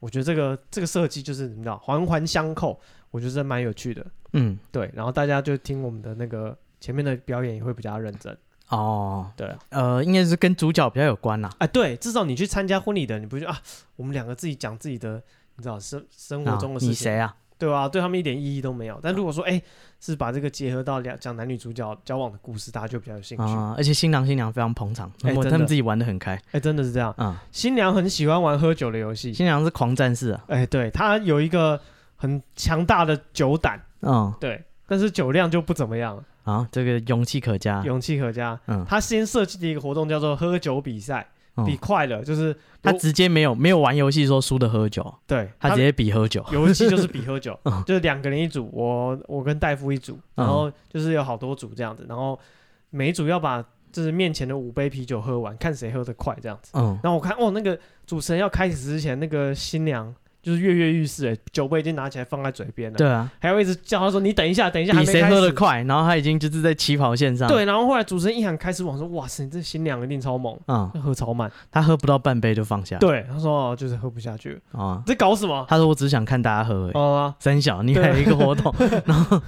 A: 我觉得这个这个设计就是你知道环环相扣，我觉得这蛮有趣的。
B: 嗯
A: 对，然后大家就听我们的那个前面的表演也会比较认真。
B: 哦，
A: 对啊，
B: 呃，应该是跟主角比较有关啦。
A: 啊对，至少你去参加婚礼的，你不就啊，我们两个自己讲自己的，你知道生生活
B: 啊
A: 中的事
B: 你
A: 情，
B: 谁啊？
A: 对啊，对他们一点意义都没有。但如果说哎、是把这个结合到两讲男女主角交往的故事，大家就比较有兴趣。哎、
B: 啊，而且新郎新娘非常捧场，
A: 哎
B: 我
A: 真的嗯
B: 他们自己玩的很开
A: 真的是这样，
B: 啊。
A: 新娘很喜欢玩喝酒的游戏。
B: 新娘是狂战士啊，
A: 哎、对，她有一个很强大的酒胆，
B: 嗯
A: 对，但是酒量就不怎么样。
B: 啊，这个勇气可嘉。
A: 勇气可嘉。
B: 啊嗯
A: 他先设计的一个活动叫做喝酒比赛，
B: 嗯
A: 比快乐，就是
B: 他
A: 有
B: 直接没有没有玩游戏说输的喝酒，
A: 对
B: 他直接比喝酒。
A: (laughs) 游戏就是比喝
B: (laughs)
A: 酒
B: 嗯，
A: 就是两个人一组，我我跟戴夫一组，然后就是有好多组这样子，然后每一组要把就是面前的五杯啤酒喝完，看谁喝得快这样子。
B: 嗯，
A: 然后我看哦，那个主持人要开始之前，那个新娘。就是跃跃欲试，哎，酒杯已经拿起来放在嘴边了，
B: 对啊，
A: 还会一直叫他说：“你等一下，等一下，还
B: 比
A: 没
B: 谁
A: 开
B: 喝
A: 始
B: 得。快，然后他已经就是在起跑线”上。，
A: 对，然后后来主持人一喊开始，我说：“哇塞，你这新娘一定超猛，
B: 嗯，
A: 喝超慢。”
B: 他喝不到半杯就放下。
A: 对，他说哦就是喝不下去了，
B: 啊，
A: 在搞什么？
B: 他说我只想看大家喝而已。
A: 哦、
B: 三小，你还有一个
A: (laughs)
B: 活动，然后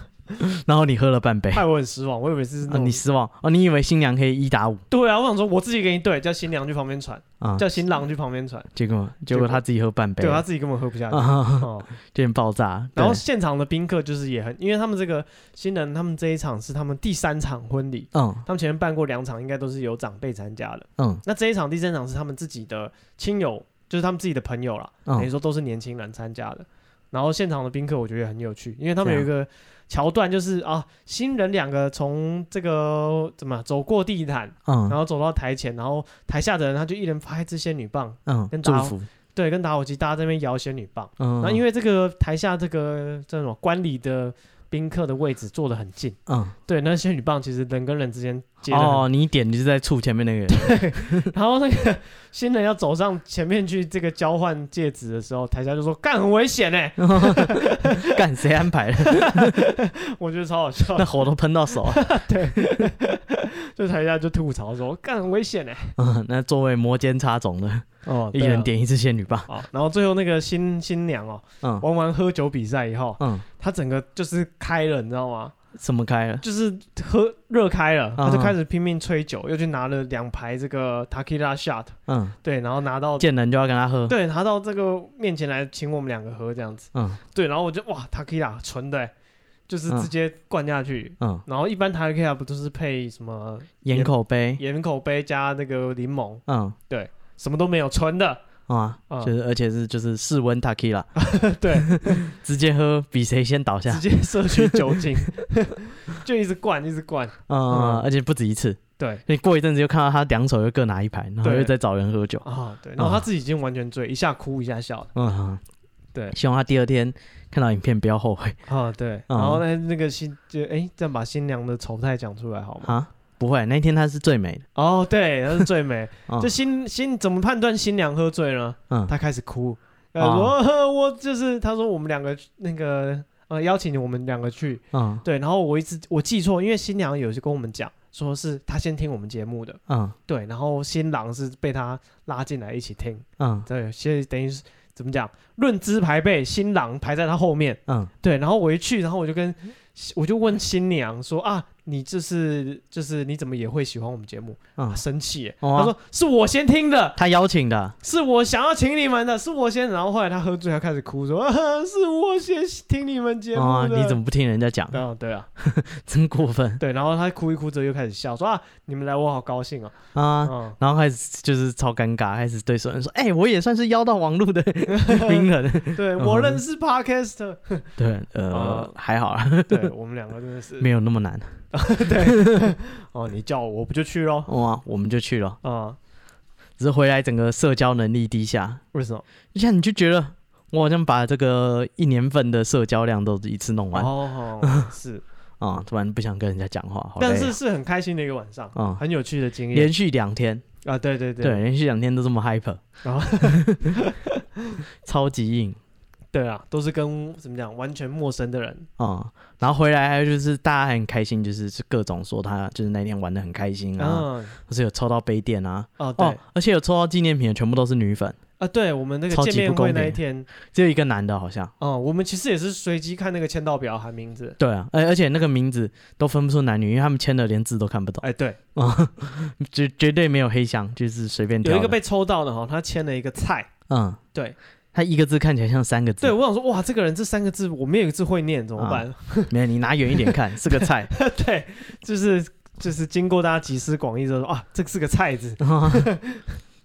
B: 然后你喝了半杯，
A: 害我很失望，我以为是那
B: 啊，
A: 种、
B: 你失望哦，你以为新娘可以一打五
A: 对啊，我想说我自己给你对，叫新娘去旁边传，
B: 啊？
A: 叫新郎去旁边传，
B: 结果
A: 结
B: 结
A: 果
B: 果他自己喝半杯，
A: 对他自己根本喝不下去。
B: (laughs) 啊，
A: 哦，
B: 有点爆炸。
A: 然后
B: 对
A: 现场的宾客就是也很，因为他们这个新人，他们这一场是他们第三场婚礼，
B: 嗯
A: 他们前面办过两场，应该都是有长辈参加的。
B: 嗯
A: 那这一场第三场是他们自己的亲友，就是他们自己的朋友啦，等于
B: 嗯，
A: 说都是年轻人参加的。然后现场的宾客我觉得也很有趣，因为他们
B: 这
A: 有
B: 样
A: 一个桥段，就是啊，新人两个从这个怎么走过地毯，然
B: 嗯
A: 后走到台前，然后台下的人他就一人发一支仙女棒，跟
B: 嗯，
A: 打
B: 祝
A: 火
B: 福。
A: 对，跟打火机大家在那边摇仙女棒。
B: 嗯，
A: 然后因为这个台下这个这种观礼的宾客的位置坐得很近，
B: 嗯
A: 对，那仙女棒其实人跟人之间接得很
B: 哦，你一点你就在触前
A: (laughs)
B: 面那个人，
A: 然后那个新人要走上前面去这个交换戒指的时候，台下就说干很危险哎、
B: 嗯干谁安
A: (laughs)
B: 排的？
A: 我觉得超好笑的
B: 那火都喷到手了，
A: 就台下就吐槽说：“干很危险哎、
B: 嗯，那座位摩肩擦踵的，
A: 哦
B: 一人。点一支仙女棒。
A: 好，然后最后那个新新娘哦，
B: 嗯
A: 玩完喝酒比赛以后，
B: 嗯，
A: 她整个就是开了，你知道吗？
B: 什么开了？
A: 就是喝热开了，她就
B: 嗯
A: 开始拼命吹酒，又去拿了两排这个 tequila shot，
B: 嗯，
A: 对，然后拿到
B: 见人就要跟他喝。
A: 对拿到这个面前来请我们两个喝这样子，
B: 嗯
A: 对，然后我就哇 tequila 纯的欸、就是
B: 嗯
A: 直接灌下去。
B: 嗯，
A: 然后一般 tequila 不都是配什么
B: 眼口杯。
A: 盐口杯加那个柠檬，
B: 嗯
A: 什么都没有，纯的，
B: 啊
A: 嗯，
B: 就是而且是就是室温 t a k i l (laughs) a
A: 对。
B: 直接喝比谁先倒下
A: 直。接摄取酒精， (laughs) 就一直灌，一直灌。
B: 嗯，而且不止一次。
A: 对
B: 你过一阵子就看到他两手又各拿一盘，然后
A: 对
B: 又在找人喝酒。
A: 啊，对，然后他自己已经完全醉，一下哭一下笑了。
B: 嗯，
A: 对
B: 希望他第二天看到影片不要后悔
A: 啊，对，然后呢，那个新就哎，这样把新娘的丑态讲出来好吗？
B: 啊！不会，那一天他是最美的。
A: 哦，对，她是最 (laughs) 美。
B: 嗯
A: 就新新怎么判断新娘喝醉呢？
B: 嗯
A: 她开始哭，她
B: 哦
A: 说呵我就是，她说我们两个那个呃邀请我们两个去，
B: 嗯
A: 对，然后我一直我记错，因为新娘有跟我们讲说是她先听我们节目的，
B: 嗯
A: 对，然后新郎是被她拉进来一起听。
B: 嗯
A: 对，现在等于是怎么讲？论资排辈，新郎排在他后面。
B: 嗯
A: 对，然后我一去，然后我就跟我就问新娘说啊，你这是就是你怎么也会喜欢我们节目？她
B: 嗯，
A: 生气耶，
B: 哦啊
A: 她说是我先听的，
B: 他邀请的。
A: 是我想要请你们的，是我先。然后后来她喝醉，她开始哭说、 (laughs) 啊，是我先听你们节目
B: 啊！
A: 的。
B: 你怎么不听人家讲？
A: 对啊？对啊，
B: 真过分
A: 对，然后她哭一哭之后又开始笑，说啊，你们来我好高兴哦。
B: 啊！
A: 嗯，
B: 然后开始就是超尴尬，开始对所有人说：“哎、我也算是邀到网
A: (laughs)
B: 络的
A: 嗯
B: 名人。
A: 对
B: 嗯
A: 我认识 Podcast，”
B: 对，呃，
A: 啊
B: 还好啦，
A: 对我们两个真的是
B: (laughs) 没有那么难。
A: 对，哦，你叫我，我不就去咯？
B: 哇，我们就去了，
A: 啊、
B: 只是回来整个社交能力低下，
A: 为什么？
B: 就像你就觉得我好像把这个一年份的社交量都一次弄完啊、啊
A: 哦，是，
B: 突然不想跟人家讲话， (laughs) 好累啊
A: 但是是很开心的一个晚上，
B: 嗯
A: 很有趣的经验
B: 连续两天，
A: 啊，对对哦
B: 对，连续两天都这么 hyper，
A: 然后
B: (laughs) 超级硬
A: 对啊，都是跟怎么讲完全陌生的人，
B: 啊、然后回来还有就是大家还很开心，就是是各种说他就是那天玩的很开心啊，
A: 嗯，
B: 或是有抽到杯垫啊，
A: 哦对
B: 哦，而且有抽到纪念品的全部都是女粉，
A: 啊，对我们那个
B: 超级
A: 见面
B: 不公
A: 会
B: 平
A: 那一天，
B: 只有一个男的好像。
A: 哦，我们其实也是随机看那个签到表喊名字，
B: 对啊，而而且那个名字都分不出男女，因为他们签的连字都看不懂
A: 哎，对，
B: 啊，绝绝对没有黑箱，就是随便挑
A: 有一
B: 的。
A: 个被抽到的哈，他签了一个菜，
B: 嗯，
A: 对，
B: 他一个字看起来像三个字。
A: 对我想说哇，这个人这三个字我没有一个字会念，怎么办？
B: (laughs) 没有你拿远一点看，是个菜。
A: (laughs)
B: (laughs)
A: 对，就是就是经过大家集思广益之后说啊，这是个菜字，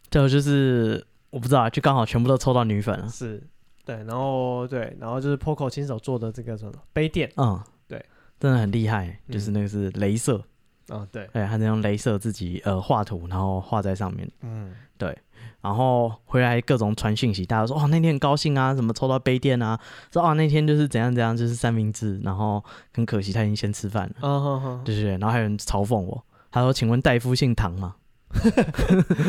B: 就就是我不知道啊，就刚好全部都抽到女粉啊了。
A: 是对，然后对，然后就是 Poco 亲手做的这个什么杯垫
B: 嗯，
A: 对，嗯
B: 真的很厉害，就是那个是镭射，
A: 啊，对，
B: 对，他能用镭射自己呃画图，然后画在上面，
A: 嗯，
B: 然后回来各种传讯息，大家说哦那天很高兴啊，什么抽到杯垫啊，说哦那天就是怎样怎样，就是三明治，然后很可惜他已经先吃饭了，
A: 啊哈哈，
B: 对对对，然后还有人嘲讽我，他说请问戴夫姓唐吗？
A: (laughs)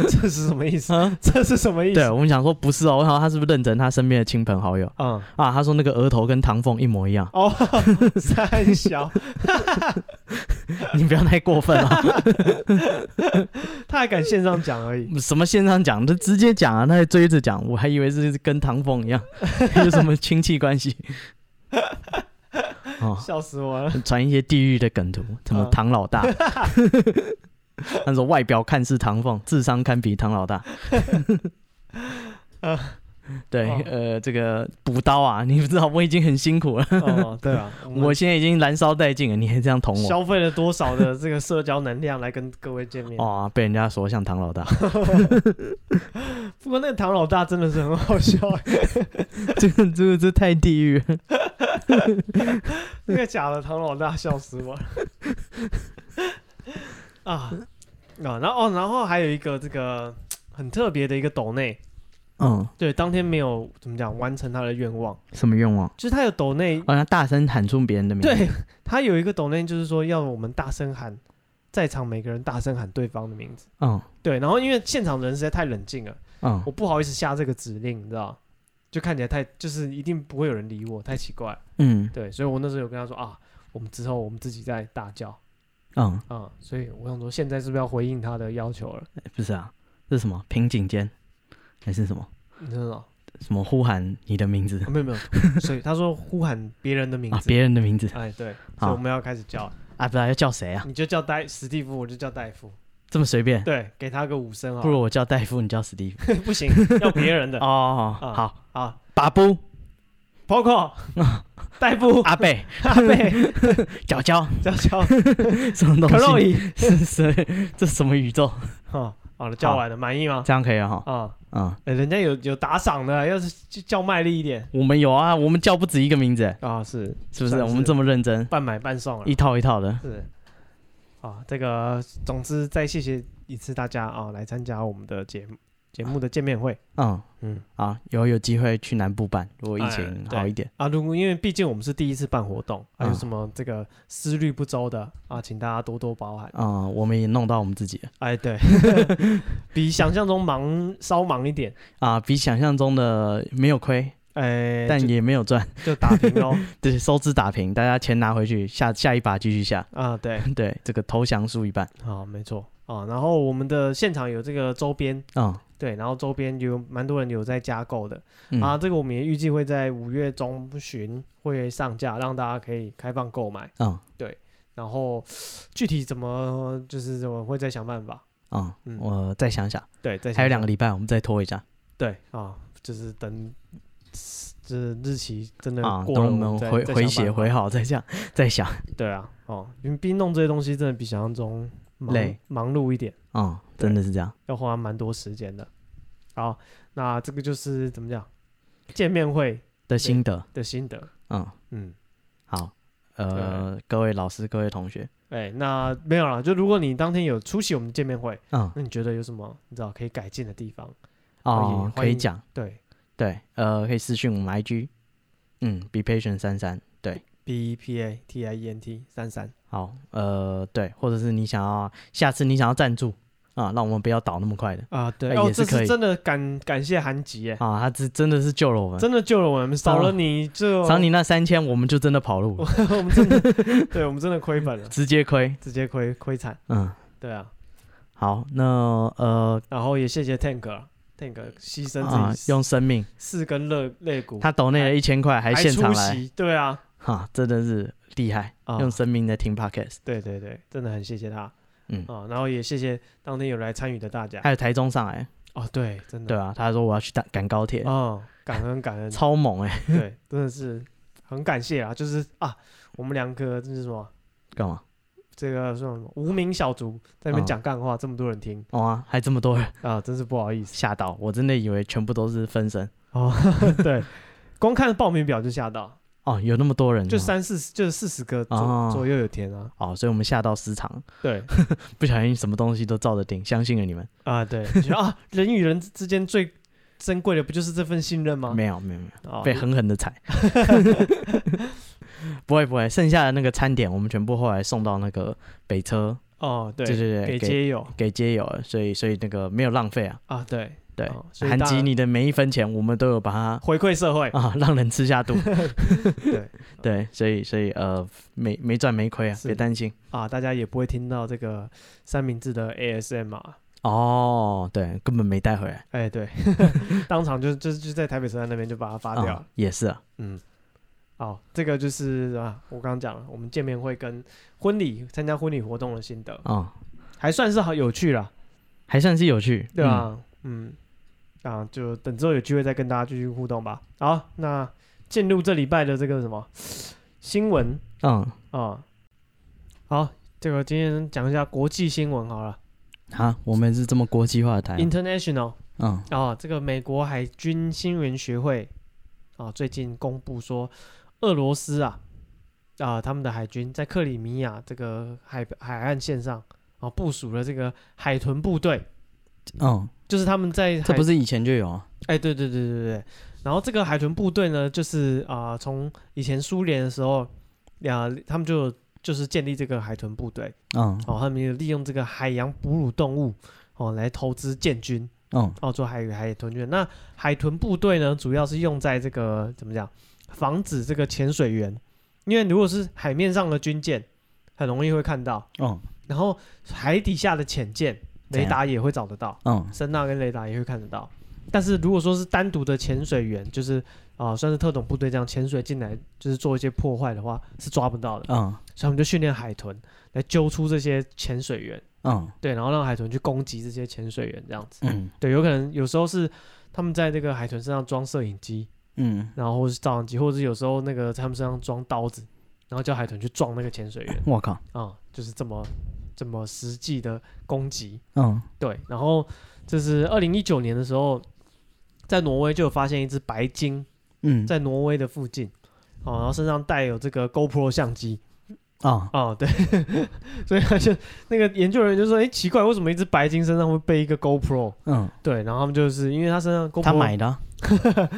A: 这是什么意 (laughs) 思？
B: 啊，
A: 这是什么意
B: 对
A: 思？
B: 我们想说不是哦，我想说他是不是认真他身边的亲朋好友
A: 嗯，
B: 啊？他说那个额头跟唐凤一模一样， (laughs)
A: 哦，三小，
B: 你不要太过分了、啊
A: 他还敢线上讲而 (laughs) 已。
B: 什么线上讲，他直接讲啊，他还追着讲，我还以为是跟唐凤一样， (laughs) 有什么亲戚关系。哦，
A: 笑死我了！
B: 传一些地狱的梗图，什么
A: 嗯
B: 唐老 (laughs) 大，他说外表看似唐凤，智商堪比唐老 (laughs) 大。对
A: 哦，
B: 呃，这个补刀啊，你不知道我已经很辛苦了，
A: 哦，对啊，
B: (laughs) 我
A: 我
B: 现在已经燃烧殆尽了，你还这样捅我，
A: 消费了多少的这个社交能量来跟各位见面？ (laughs)
B: 哇、哦被人家说像唐老大，
A: 不过那个唐老大真的是很好 (laughs) 笑，
B: (laughs) 这个这个这太地狱了，
A: 那个假的唐老大笑死我了。 (laughs) 啊啊，然后哦，然后还有一个这个很特别的一个斗内，
B: 嗯，
A: 对，当天没有怎么讲完成他的愿望，
B: 什么愿望？
A: 就是他有抖内，
B: 好像大声喊出别人的名字。
A: 对他有一个抖内，就是说要我们大声喊，在场每个人大声喊对方的名字。
B: 嗯
A: 对，然后因为现场人实在太冷静了，
B: 嗯
A: 我不好意思下这个指令，你知道，就看起来太就是一定不会有人理我，太奇怪了。
B: 嗯
A: 对，所以我那时候有跟他说啊，我们之后我们自己再大叫
B: 嗯，
A: 啊、所以我想说，现在是不是要回应他的要求了？
B: 哎不是啊，这是什么瓶颈间，还是什么
A: 你知道吗？
B: 什么呼喊你的名字
A: 啊没有没有，所以他说呼喊别人的名
B: 啊，
A: 字，
B: 别人的名字
A: 哎对，所以我们要开始叫了，
B: 啊，不知道要叫谁啊？
A: 你就叫戴史蒂夫，我就叫戴夫。
B: 这么随便，
A: 对，给他个五声啊
B: 不！如我叫戴夫，你叫史蒂
A: (laughs)
B: 夫。 (laughs)
A: 不行，要别人的。
B: 哦，
A: 啊
B: 好，
A: 好 (laughs)
B: 巴布、 (laughs)
A: ，Poco，戴夫，
B: 阿贝、
A: 阿 (laughs) 贝，
B: 角角，
A: 叫叫
B: 什么
A: 克洛
B: 东西？
A: 伊。
B: (laughs) 是是，这什么宇宙？
A: 哦，好了，叫完了，满意吗？
B: 这样可以了哈。
A: 啊，
B: 嗯，
A: 哎人家有有打赏的，要是就叫卖力一点
B: 我们有啊，我们叫不止一个名字，
A: 啊，是
B: 是不是？
A: 算是嗯
B: 我们这么认真，
A: 半买半送了啊
B: 一。套一套的。
A: 是啊，这个总之再谢谢一次大家啊，来参加我们的节目节目的见面会
B: 嗯
A: 嗯
B: 嗯，啊，以后有机会去南部办，如果疫情
A: 哎对
B: 好一点。
A: 啊。如果因为毕竟我们是第一次办活动，还有
B: 嗯
A: 什么这个思虑不周的啊，请大家多多包涵。
B: 嗯，我们也弄到我们自己了
A: 哎，
B: (laughs)
A: 对，比想象中忙稍忙一点，
B: 啊，比想象中的没有亏，
A: 哎，
B: 但
A: 就
B: 也没有赚， (laughs)
A: 就打平喽
B: 对，收支打平，大家钱拿回去，下下一把继续下，
A: 啊，对，
B: 对，这个投降输一半，
A: 好，没错啊。然后我们的现场有这个周边，
B: 嗯
A: 对，然后周边有蛮多人有在加购的，
B: 嗯
A: 啊，这个我们也预计会在五月中旬会上架，让大家可以开放购买。
B: 嗯
A: 然后具体怎么就是我会再想办法。
B: 嗯
A: 嗯，
B: 我再想想，
A: 对，再想
B: 还有两个
A: 想
B: 礼拜，我们再拖一下
A: 对啊，就是等这日期真的
B: 啊，
A: 过
B: 等
A: 了，们
B: 我们
A: 再
B: 回
A: 再
B: 回
A: 想
B: 血
A: 办法
B: 回好再这样再想，
A: 对啊，哦，因为毕竟弄这些东西真的比想象中忙
B: 累
A: 忙碌一点，
B: 嗯，真的是这样，
A: 要花蛮多时间的。好，那这个就是怎么讲见面会
B: 的心得，
A: 的心得，
B: 嗯，
A: 嗯，
B: 好，呃各位老师、各位同学，
A: 哎，那没有啦，就如果你当天有出席我们见面会，
B: 嗯
A: 那你觉得有什么你知道可以改进的地方？
B: 哦
A: 欢迎
B: 可以讲，
A: 对
B: 对，呃可以私讯我们 IG，嗯，be patient 三三，对，
A: ，B E P A T I E N T 三三，
B: 好，呃对，或者是你想要下次你想要赞助啊，让我们不要倒那么快的
A: 啊，对，
B: 哎
A: 哦，
B: 也
A: 这
B: 是可
A: 是
B: 以
A: 真的感感谢韩吉耶，
B: 啊，他真真的是救了我们，
A: 真的救了我们，哦少了你就
B: 少你那三千，我们就真的跑
A: (laughs)
B: 路，
A: 我们真的， (laughs) 对我们真的亏 (laughs) 本了，
B: 直接亏，
A: 直接亏亏惨。
B: 嗯，
A: 对啊，
B: 好，那呃
A: 然后也谢谢 Tank 啊，Tank 牺牲自己、
B: 啊用生命，
A: 四根肋肋骨，
B: 他抖内了一千块，还现场
A: 出
B: 来，
A: 席，对啊，
B: 哈，真的是厉害，
A: 啊
B: 用生命在听 podcast，
A: 对对对，真的很谢谢他。
B: 嗯
A: 啊，然后也谢谢当天有来参与的大家
B: 还。有台中上来，
A: 哦，对，真
B: 对
A: 的，
B: 啊，他说我要去赶赶高铁，
A: 哦，感恩感
B: (laughs)
A: 恩，
B: 超猛哎，
A: 对，真的是很感谢啊，就是啊，我们两个这是什么？
B: 干嘛？
A: 这个什么无名小卒在那
B: 啊
A: 边讲干话，这么多人听
B: 哇、啊，还这么多人，
A: 啊，真是不好意
B: (laughs)
A: 思
B: 吓到我，真的以为全部都是分身
A: 哦。 (laughs) 对，光看报名表就吓到，
B: 哦，有那么多人哦，
A: 就三四十，就是四十个左、
B: 哦
A: 左右有填啊。
B: 哦，所以我们吓到失常，
A: 对
B: 不小心什么东西都照着顶，相信了你们，
A: 啊，对， (laughs) 你觉得啊，人与人之之间最珍贵的不就是这份信任吗？
B: 没有没有没有，
A: 啊，
B: 被狠狠
A: (laughs)
B: 的踩，不会不会，剩下的那个餐点我们全部后来送到那个北车
A: 哦，对
B: 对对对
A: 给
B: 给
A: 街友
B: 给街友了，所以所以那个没有浪费啊，
A: 啊，对
B: 对，
A: 哦所以
B: 韩
A: 大家
B: 吉你的每一分钱，我们都有
A: (laughs)
B: 把它
A: 回馈社会，
B: 啊 (laughs) 让人吃下肚，
A: 对
B: 对，所以所以呃没没赚没亏啊，
A: 是
B: 别担心。
A: 啊，大家也不会听到这个三明治的 ASM 啊，
B: 哦，对，根本没带回来，
A: 哎，对， (laughs) 当场就就就在台北车站那边就把它发掉了
B: 啊，也是啊，
A: 嗯。好，这个就是啊，我刚刚讲了，我们见面会跟婚礼参加婚礼活动的心得，
B: 啊，
A: 还算是好有趣啦，
B: 还算是有趣，
A: 对啊，嗯，啊，就等之后有机会再跟大家继续互动吧。好，那进入这礼拜的这个什么新闻
B: 嗯，嗯，
A: 啊，好，这个今天讲一下国际新闻好了
C: 啊
B: 好，我们是这么国际化
C: 哎
B: 的台啊，
A: ，international
B: 嗯，
A: 啊，这个美国海军新闻学会啊，最近公布说，俄罗斯啊啊，他们的海军在克里米亚这个海海岸线上啊部署了这个海豚部队，
C: 嗯，
A: 就是他们在
C: 这
A: 海
C: 不是以前就有啊？
A: 哎，对对对对对。然后这个海豚部队呢，就是啊、从以前苏联的时候，呀、他们就就是建立这个海豚部队，
C: 嗯
A: 哦，他们有利用这个海洋哺乳动物哦来投资建军，
C: 嗯
A: 哦，做海海豚军。那海豚部队呢，主要是用在这个怎么讲，防止这个潜水员，因为如果是海面上的军舰，很容易会看到，
C: 嗯
A: 然后海底下的潜舰，雷
C: 怎样
A: 达也会找得到。
C: 嗯
A: 声呐跟雷达也会看得到。但是如果说是单独的潜水员，就是啊、算是特种部队这样潜水进来，就是做一些破坏的话，是抓不到的。
C: 嗯
A: 所以我们就训练海豚来揪出这些潜水员，
C: 嗯
A: 对，然后让海豚去攻击这些潜水员，这样子。
C: 嗯
A: 对，有可能有时候是他们在这个海豚身上装摄影机，
C: 嗯，
A: 然后或是照相机，或者是有时候那个在他们身上装刀子，然后叫海豚去撞那个潜水员
C: 我靠，
A: 啊、就是这么这么实际的攻击。
C: 嗯
A: 对，然后这是二零一九年的时候，在挪威就有发现一只白鲸
C: 嗯
A: 在挪威的附近，哦，然后身上带有这个 GoPro 相机，
C: 啊
A: 哦，对， (laughs) 所以他就那个研究人员就说，哎，奇怪，为什么一只白鲸身上会背一个 GoPro？
C: 嗯，
A: 对，然后他们就是因为他身上 GoPro，
C: 他买的
A: (laughs)
C: 啊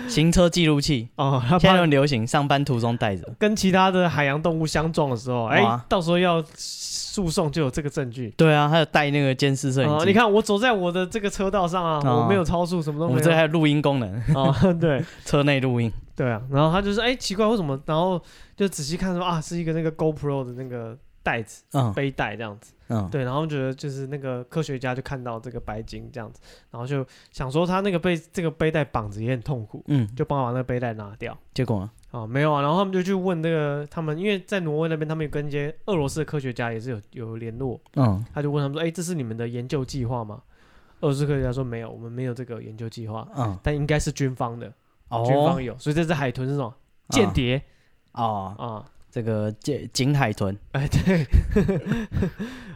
C: 行车记录器，
A: 哦，他
C: 现在
A: 怕
C: 很流行，上班途中带着。
A: 跟其他的海洋动物相撞的时候，哎
C: 哇，
A: 到时候要诉讼就有这个证据。
C: 对啊，还有带那个监视摄影
A: 哦，
C: 机。
A: 你，看我走在我的这个车道上啊，
C: 哦
A: 我没有超速，什么都
C: 我
A: 没有。
C: 们这还有录音功能，
B: (laughs)
A: 哦，对，
C: 车内录音。
A: 对啊，然后他就是哎、奇怪为什么？然后就仔细看说啊是一个那个 GoPro 的那个袋子
C: 嗯
A: 背带这样子，
C: 嗯
B: 哦
A: 对，然后觉得就是那个科学家就看到这个白鲸这样子，然后就想说他那个被这个背带绑着也很痛苦，
C: 嗯，
A: 就帮我把那个背带拿掉
C: 结果呢？
A: 啊没有啊，然后他们就去问那个他们因为在挪威那边他们有跟一些俄罗斯的科学家也是有有联络，
C: 嗯
A: 他就问他们说哎、这是你们的研究计划吗？俄罗斯科学家说没有，我们没有这个研究计划，
C: 嗯，
A: 但应该是军方的，军
C: 哦
A: 方有，所以这只海豚是什么间谍？
C: 哦，
A: 啊，
C: 这个警警海豚，
A: 哎 (laughs) 对，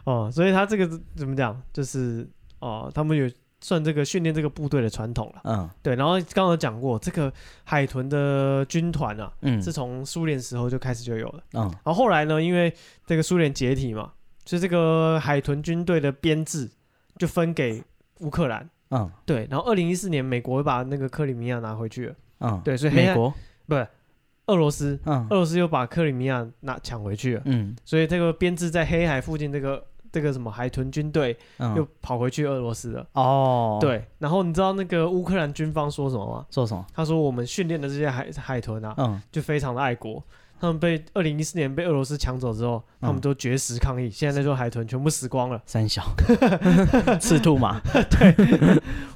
A: 哦，所以他这个怎么讲？就是哦，他们有算这个训练这个部队的传统了。
B: 嗯
A: 对，然后刚刚有讲过，这个海豚的军团啊，
B: 嗯
A: 是从苏联时候就开始就有了。
B: 嗯
A: 然后后来呢，因为这个苏联解体嘛，所以这个海豚军队的编制就分给乌克兰。
B: 嗯
A: 对，然后二零一四年美国把那个克里米亚拿回去了，
B: 嗯，
A: 对，所以黑
B: 美
A: 海
B: 国，
A: 不是俄罗斯，
B: 嗯
A: 俄罗斯又把克里米亚拿抢回去了，
B: 嗯
A: 所以这个编制在黑海附近这个这个什么海豚军队又
B: 嗯，
A: 跑回去俄罗斯了。
B: 哦，，
A: 对，然后你知道那个乌克兰军方说什么吗？
B: 做什么？
A: 他说我们训练的这些海海豚啊，
B: 嗯，
A: 就非常的爱国。他们被二零一四年被俄罗斯抢走之后，
B: 嗯
A: 他们都绝食抗议，现在那座海豚全部死光了。(laughs)
B: 三小，赤兔马，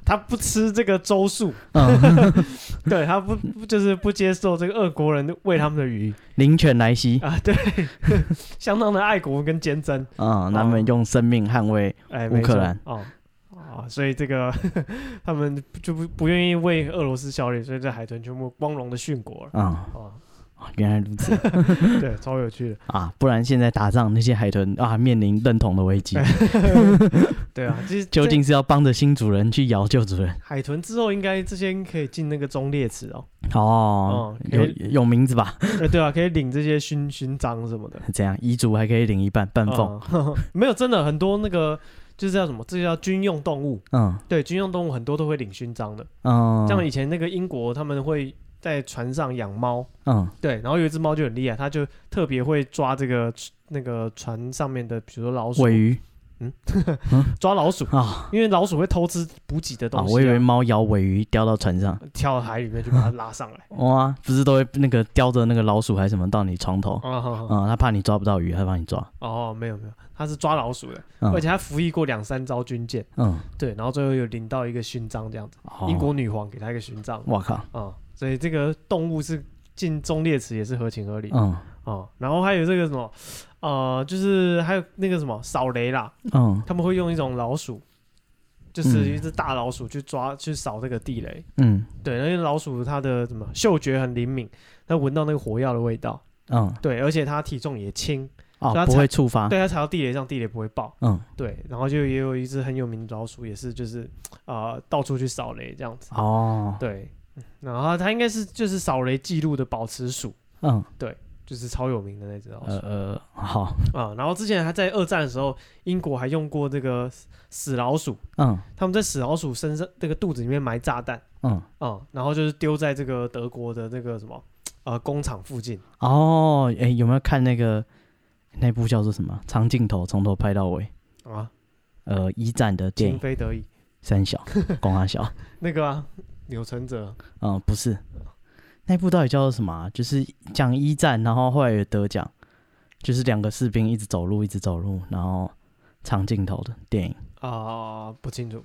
A: 他不吃这个周树，
B: 嗯，
A: (laughs) 对他不不就是不接受这个俄国人喂他们的鱼
B: (laughs) 灵犬莱西，
A: 啊，对， (laughs) 相当的爱国跟坚贞。
C: 哦
B: 嗯，他们用生命捍卫，
A: 哎，
B: 乌克兰
A: 没错哦。啊，所以这个 (laughs) 他们就不不愿意为俄罗斯效力，所以这海豚全部光荣的殉国了。
B: 嗯，
A: 哦，
B: 原来
C: (laughs)
B: 如此
A: 对，超有
B: (laughs)
A: 趣的。
B: 啊，不然现在打仗那些海豚啊，面临认同的危机，
A: 对啊，其实
B: 究
A: 这
B: 竟是要帮着新主人去咬旧主人？
A: 海豚之后应该这些可以进那个忠烈祠哦。
B: 哦，
A: 嗯
B: 有
A: 可
B: 有名字吧？ (laughs)
A: 呃，对啊，可以领这些勋勋章什么的。
B: 怎样？遗嘱还可以领一半，半俸。
A: 嗯 (laughs) 没有，真的很多那个就是叫什么，这叫军用动物。
B: 嗯
A: 对，军用动物很多都会领勋章的。
B: 嗯，
A: 像以前那个英国，他们会在船上养猫，
B: 嗯
A: 对，然后有一只猫就很厉害，它就特别会抓这个那个船上面的，比如说老鼠，
B: 尾鱼
A: 抓老鼠，
B: 啊
A: 因为老鼠会偷吃补给的东
B: 啊！
A: 西、
B: 我以为猫咬尾鱼掉到船上，
A: 跳到海里面就把它拉上
B: (laughs)
A: 来。
B: 哇，不是都会那个叼着那个老鼠还是什么到你床头？
A: 哦好好好
B: 嗯，他怕你抓不到鱼，他帮你抓。
A: 哦，没有没有，它是抓老鼠的，
B: 嗯
A: 而且它服役过两三招军舰，
B: 嗯，
A: 对，然后最后有领到一个勋章这样子，
B: 哦
A: 英，国女皇给他一个勋章
B: 我靠，
A: 啊，所以这个动物是进忠烈祠也是合情合理啊。
B: 嗯
A: 然后还有这个什么，呃，就是还有那个什么扫雷啦，
B: 嗯
A: 他们会用一种老鼠，就是
B: 嗯
A: 一只大老鼠去抓去扫这个地雷。
B: 嗯
A: 对，那些老鼠它的什么嗅觉很灵敏，它闻到那个火药的味道。
B: 嗯，
A: 对，而且它体重也轻，所以
B: 哦，
A: 它
B: 不会触发。
A: 对它踩到地雷上，地雷不会爆。
B: 嗯，
A: 对，然后就也有一只很有名的老鼠，也是就是啊、呃到处去扫雷这样子。
B: 哦，
A: 对，嗯然后它应该是就是扫雷记录的保持鼠，
B: 嗯
A: 就是超有名的那只老
B: 呃
A: 鼠
B: 呃，好，
A: 啊。然后之前还在二战的时候，英国还用过这个死死老鼠，
B: 嗯
A: 他们在死老鼠身上这个肚子里面埋炸弹
B: 嗯，
A: 啊、然后就是丢在这个德国的那个什么呃工厂附近。
B: 哦，哎，有没有看那个那部叫做什么长镜头，从头拍到尾？
A: 啊，
B: 呃，一战的电
A: 情
B: 影
A: 非得已，(laughs)
B: 三小，光阿小，
A: 那个啊，钮承泽
B: 嗯，不是，那部到底叫做什么啊、就是讲一战，然后后来也得奖，就是两个士兵一直走路，一直走路，然后长镜头的电影。
A: 啊、不清楚。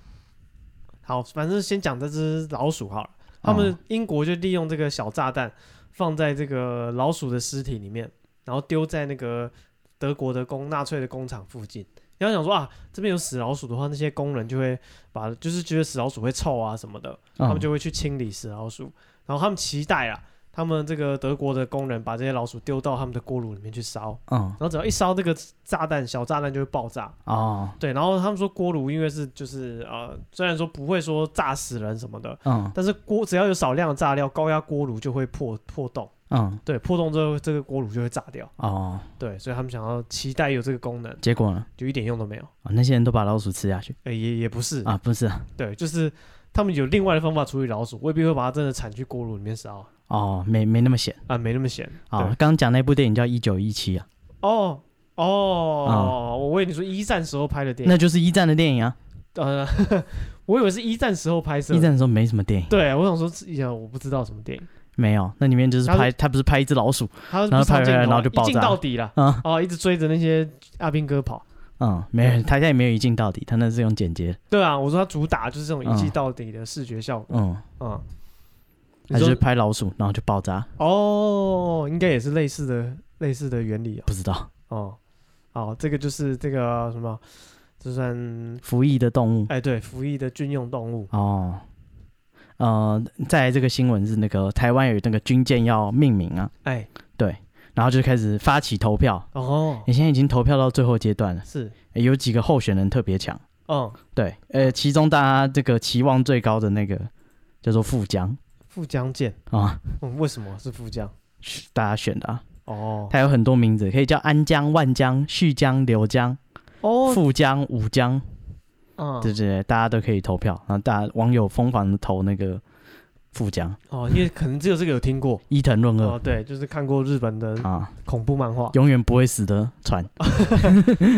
A: 好，反正先讲这只老鼠好了。他们
B: 哦
A: 英国就利用这个小炸弹放在这个老鼠的尸体里面，然后丢在那个德国的工纳粹的工厂附近。你要想说啊，这边有死老鼠的话，那些工人就会把，就是觉得死老鼠会臭啊什么的，他
B: 嗯
A: 们就会去清理死老鼠。然后他们期待啊，他们这个德国的工人把这些老鼠丢到他们的锅炉里面去烧，
B: 嗯
A: 然后只要一烧，这个炸弹小炸弹就会爆炸。
B: 哦
A: 对，然后他们说锅炉因为是就是呃，虽然说不会说炸死人什么的，
B: 嗯
A: 但是锅只要有少量的炸料，高压锅炉就会破破洞，
B: 嗯
A: 对，破洞之后这个锅炉就会炸掉，
B: 哦，
A: 对，所以他们想要期待有这个功能，
B: 结果呢？
A: 就一点用都没有，
B: 啊，那些人都把老鼠吃下去
A: 呃，也也不是，
B: 啊？不是啊
A: 对，就是他们有另外的方法处理老鼠，未必会把它真的铲去锅炉里面烧
B: 哦，没没那么险
A: 啊，没那么闲
B: 啊。
A: 对
B: 刚刚讲那部电影叫《一九一七》啊，
A: 哦哦，
B: 啊
A: 我为你说一战时候拍的电
B: 那
A: 影，
B: 就是一战的电影啊。
A: 呃， (laughs) 我以为是一战时候拍摄
B: 一
A: 的，
B: 战的时候没什么电影，
A: 对我想说，呀，我不知道什么电影，
B: 没有，那里面就是
A: 它是
B: 拍，他不是拍一只老鼠，
A: 他
B: 然后拍
A: 上
B: 回
A: 镜
B: 来
A: 头
B: 然后
A: 啊
B: 就爆
A: 一镜
B: 炸
A: 到底了，
B: 啊
A: 哦，一直追着那些阿兵哥跑。
B: 嗯，没有，他现在没有一镜到底，他那是用剪接，
A: 对啊，我说它主打就是这种一
B: 嗯
A: 击到底的视觉效果。
B: 嗯，
A: 嗯，
B: 他
A: 你
B: 就
A: 说
B: 是拍老鼠，然后就爆炸，
A: 哦，应该也是类似的类似的原理哦。
B: 不知道
A: 哦，好，这个就是这个什么，这算
B: 服役的动物
A: 哎对，服役的军用动物。
B: 哦。呃，再来这个新闻是那个台湾有那个军舰要命名啊，
A: 哎，
B: 然后就开始发起投票，
A: 哦，
B: 你现在已经投票到最后阶段了，
A: 是
B: 诶有几个候选人特别强，
A: 嗯，
B: 对，呃，其中大家这个期望最高的那个叫做富江
A: 富江舰，
B: 啊，
A: 嗯，为什么是富江？
B: 大家选的啊，
A: 哦
B: 它有很多名字，可以叫安江、万江、旭江、柳江、
A: 哦，
B: 富江、武江，
A: 嗯，
B: 对对对，大家都可以投票，然后大家网友疯狂的投那个富江，
A: 哦，因为可能只有这个有听过。
B: 伊藤润
A: 哦，
B: 二
A: 对，就是看过日本的
B: 啊，
A: 恐怖漫画。
B: 永远不会死的船，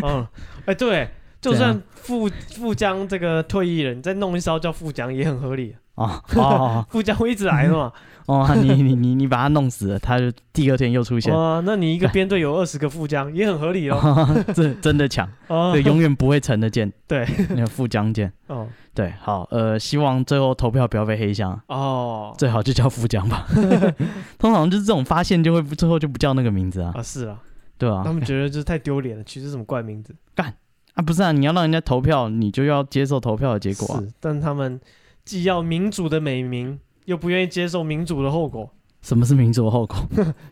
A: 嗯，哎，对，就
B: 对啊
A: 算富富江这个退役了，你再弄一艘叫富江也很合理。
B: 哦哦
A: 富江会一直来的嘛？
B: (laughs) 哦，哦你你你你把它弄死了，它就第二天又出现，
A: 哇，哦那你一个编队有二十个富江也很合理哦。
B: (laughs) 这真的强，
A: 哦
B: 对，，永远不会沉的舰，
A: (laughs) 对，
B: 那个富江舰，
A: 哦
B: 对，好，呃，希望最后投票不要被黑箱啊，
A: 哦，
B: 最好就叫富
A: (laughs)
B: 江吧，通常就是这种发现就会最后就不叫那个名字啊，
A: 啊是啊，
B: 对啊
A: 他，们觉得就是太丢脸了，取这什么怪名字？
B: 啊不是啊，你要让人家投票，你就要接受投票的结果啊，
A: 是，但他们既要民主的美名，又不愿意接受民主的后果，
B: 什么是民主的后果？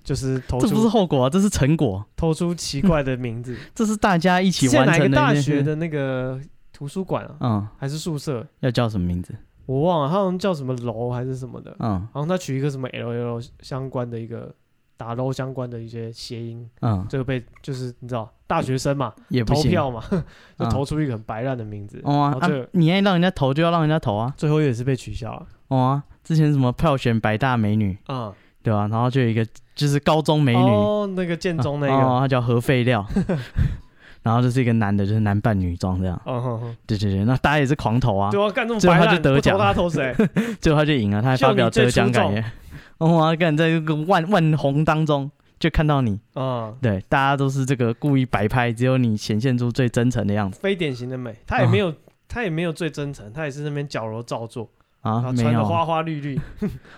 A: 就是投
B: 这不是
A: 出
B: 后果啊，这是成果，
A: 投出奇怪的名字。
B: 这是大家 (laughs) 一起
A: 现在哪
B: 完
A: 个
B: 成的
A: 大
B: 一件事
A: 学的那个图书馆啊，
B: 嗯，
A: 还是宿舍？
B: 要叫什么名字？
A: 我忘了，他好像叫什么楼还是什么的，
B: 嗯
A: 好像他取一个什么 L L 相关的一个打楼相关的一些谐音，
B: 嗯，
A: 这个被就是你知道大学生嘛，
B: 也不
A: 投
B: 行。
A: 票嘛， (laughs) 就
B: 嗯
A: 投出一个很白烂的名字，
B: 哦啊
A: 然后
B: 啊
A: 这个！
B: 你爱让人家投就要让人家投啊！
A: 最后也是被取消了。
B: 哦啊！之前什么票选百大美女，
A: 啊，
B: 对吧、然后就有一个就是高中美女，啊
A: 哦，那个建中那个，
B: 哦
A: 哦，
B: 她叫核
A: (laughs)
B: 废料，然后就是一个男的，就是男扮女装这样。
A: 哼哼
B: 对对对，那大家也是狂投啊，
A: 哦对啊，干这么
B: 最后
A: 白
B: 他
A: 烂，
B: 就得
A: 不投
B: 奖
A: 他投
B: (laughs)
A: 谁？
B: 最后他就赢了，他还发表得奖感
A: 就
B: 言。哦啊！干在这个万万红当中就看到你，
A: 啊，
B: 对，大家都是这个故意摆拍，只有你显现出最真诚的样子
A: 非典型的
B: (laughs)
A: 美，
B: 啊
A: 他也没有，他也没有最真诚，他也是那边矫揉造作，然
B: 啊！
A: 后
B: 没
A: 穿的
B: 有
A: 花花绿绿，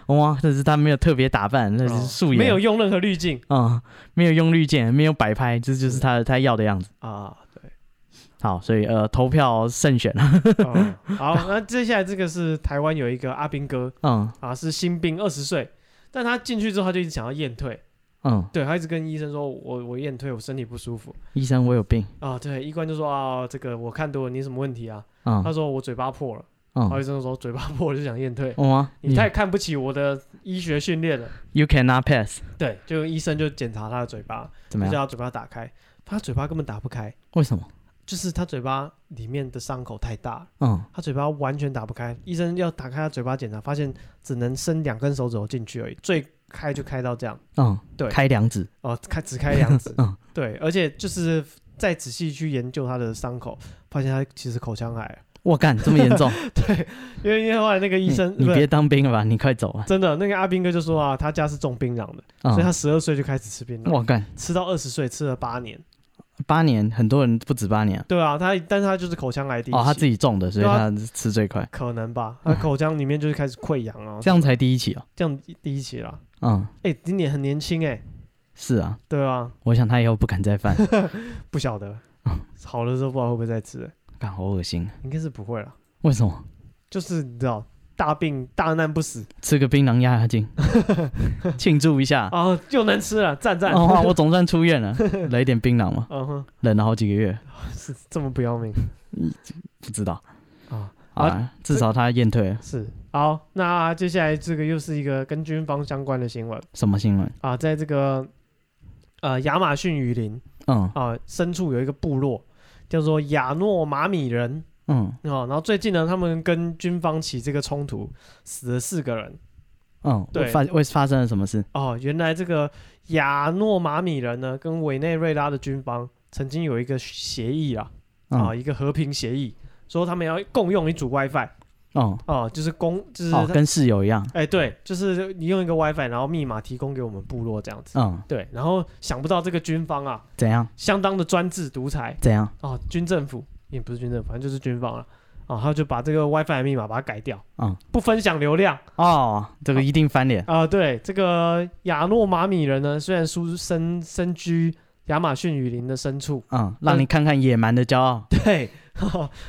B: 哇，但是他没有特别打扮，那
A: 哦
B: 是素颜，
A: 没有用任何滤镜
B: 啊、没有用滤镜，没有摆拍，这就是他的他要的样子。
A: 啊，
B: (laughs)
A: 对，
B: 好，所以呃，投票慎选啊
A: 哦好，那接下来这个是台湾有一个阿兵哥
B: 嗯
A: 啊，是新兵，二十岁，但他进去之后他就一直想要验退，
B: 嗯，
A: 对他一直跟医生说，我我验退，我身体不舒服
B: 医生，我有病。
A: 啊，对，医官就说啊，这个我看多了，你什么问题啊？他
B: 嗯
A: 说我嘴巴破了，然后医
B: 嗯，
A: 生就说嘴巴破了就想验退。
B: 哇、
A: 你太看不起我的医学训练了，
B: you cannot pass，
A: 对，就医生就检查他的嘴巴，
B: 怎么
A: 就
B: 样？
A: 叫他嘴巴打开，他嘴巴根本打不开，
B: 为什么？
A: 就是他嘴巴里面的伤口太大，
B: 嗯
A: 他嘴巴完全打不开。医生要打开他嘴巴检查，发现只能伸两根手指头进去而已，最开就开到这样，
B: 嗯，
A: 对
B: 开两指，，
A: 哦、开只开两指
B: (laughs) 嗯
A: 对，而且就是再仔细去研究他的伤口，发现他其实口腔癌， (laughs)
B: 我干，这么严重？
A: 对，因为因为后来那个医生，
B: 你你
A: 不是
B: 别当兵了吧，你快走啊！
A: 真的那个阿兵哥就说啊，他家是种槟榔的，所以他
B: 嗯，
A: 十二岁就开始吃槟榔，
B: 我干，
A: 吃到二十岁，吃了八年。
B: 八年，很多人不止八年啊。
A: 对啊，他但是他就是口腔癌第一期，
B: 哦，他自己中的，所以
A: 对啊
B: 他吃最快，
A: 可能吧，
B: (laughs)
A: 他口腔里面就是开始溃疡啊，
B: 这样才第一起哦。
A: 这样第一期啦。
B: 嗯，
A: 哎、今年很年轻哎、
B: 是啊，
A: 对啊，
B: 我想他以后不敢
A: (laughs)
B: 再犯，
A: 不晓
B: (laughs)
A: 得好了之后不知道会不会再吃、欸，
B: 干好恶心。啊
A: 应该是不会啦。
B: 为什么？
A: 就是你知道，大病大难不死
B: 吃个槟榔压
A: (laughs)
B: 压惊，庆祝一下。
A: 啊，又能吃了，赞赞。
B: 哦，哇我总算出院了，来一点槟榔嘛，
A: 嗯哼，
B: 忍了好几个月，
A: 是这么不要命
B: 不知道
A: 啊！
B: 啊，至少他验退了
A: 是好，那接下来这个又是一个跟军方相关的新闻
B: 什么新闻？
A: 啊，在这个呃亚马逊雨林
B: 嗯
A: 啊深处有一个部落叫做亚诺马米人
B: 嗯
A: 哦，然后最近呢，他们跟军方起这个冲突，死了四个人。
B: 嗯，
A: 对
B: 发为发生了什么事？
A: 哦，原来这个亚诺马米人呢，跟委内瑞拉的军方曾经有一个协议啊，啊、
B: 嗯
A: 一个和平协议，说他们要共用一组 WiFi
B: 哦
A: 哦、就是公，就是他
B: 哦，跟室友一样，
A: 哎、对，就是你用一个 WiFi，然后密码提供给我们部落这样子。
B: 嗯，
A: 对，然后想不到这个军方啊，
B: 怎样
A: 相当的专制独裁
B: 怎样？
A: 哦，军政府也不是军政府，反正就是军方了、啊，他就把这个 WiFi 的密码把它改掉，
B: 嗯
A: 不分享流量。
B: 哦，这个一定翻脸，
A: 啊、对，这个亚诺马米人呢，虽然出身身居亚马逊雨林的深处，
B: 嗯，让你看看野蛮的骄傲，
A: 对， (laughs)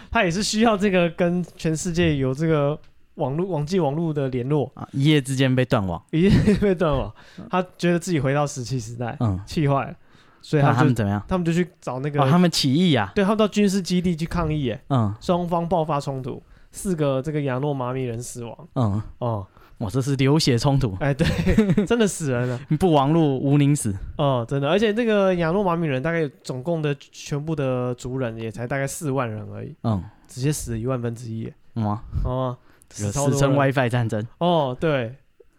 A: 他也是需要这个跟全世界有这个网络网际网络的联络，
B: 啊一夜之间被断网，
A: (laughs) 已经被断网，他觉得自己回到石器时代，
B: 嗯，
A: 气坏了。所以
B: 那他
A: 们
B: 们
A: 就
B: 怎么样？
A: 他啊们就去找那个，
B: 哦，他们起义啊，
A: 对他们到军事基地去抗议，哎，
B: 嗯
A: 双方爆发冲突，四个这个亚诺马米人死亡，
B: 嗯，
A: 哦，
B: 哇，这是流血冲突，
A: 哎，对， (laughs) 真的死人了，
B: 不亡路无宁死。
A: 哦，真的，而且这个亚诺马米人大概总共的全部的族人也才大概四万人而已，
B: 嗯，
A: 直接死了一万分之一，哎
B: 嗯啊，
A: 哦，死超
B: 史
A: 多人
B: 称 WiFi 战争。
A: 哦，对，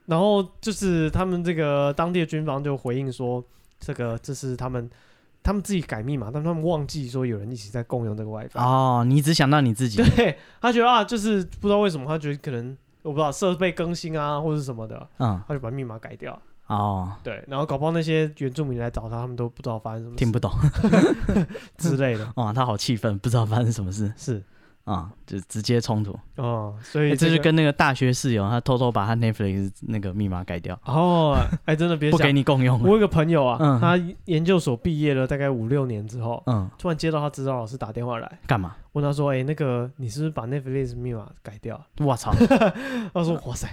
A: 然后就是他们这个当地的军方就回应说，这个这是他们他们自己改密码，但他们忘记说有人一起在共用这个 WiFi。
B: 哦，你只想到你自己。
A: (laughs) 对他觉得啊，就是不知道为什么，他觉得可能我不知道设备更新啊，或者是什么的，
B: 嗯，
A: 他就把密码改掉。
B: 哦，
A: 对，然后搞不好那些原住民来找他，他们都不知道发生什么
B: 听不懂。哦
A: 事之类的。
B: 哇，他好气愤，不知道发生什么事
A: 是
B: 啊、就直接冲突。
A: 哦，所
B: 欸
A: 以
B: 这
A: 个
B: 就跟那个大学室友，他偷偷把他 Netflix 那个密码改掉，
A: 哦，哎，真的别
B: 不
A: 想
B: 给。你共用
A: 我
B: 了。
A: 有个朋友啊，
B: 嗯
A: 他研究所毕业了大概五六年之后，
B: 嗯，
A: 突然接到他指导老师打电话来，
B: 干嘛？
A: 问他说：“哎、那个你是不是把 Netflix 密码改掉了
B: 我操！？”
A: (laughs) 他说：“哇塞，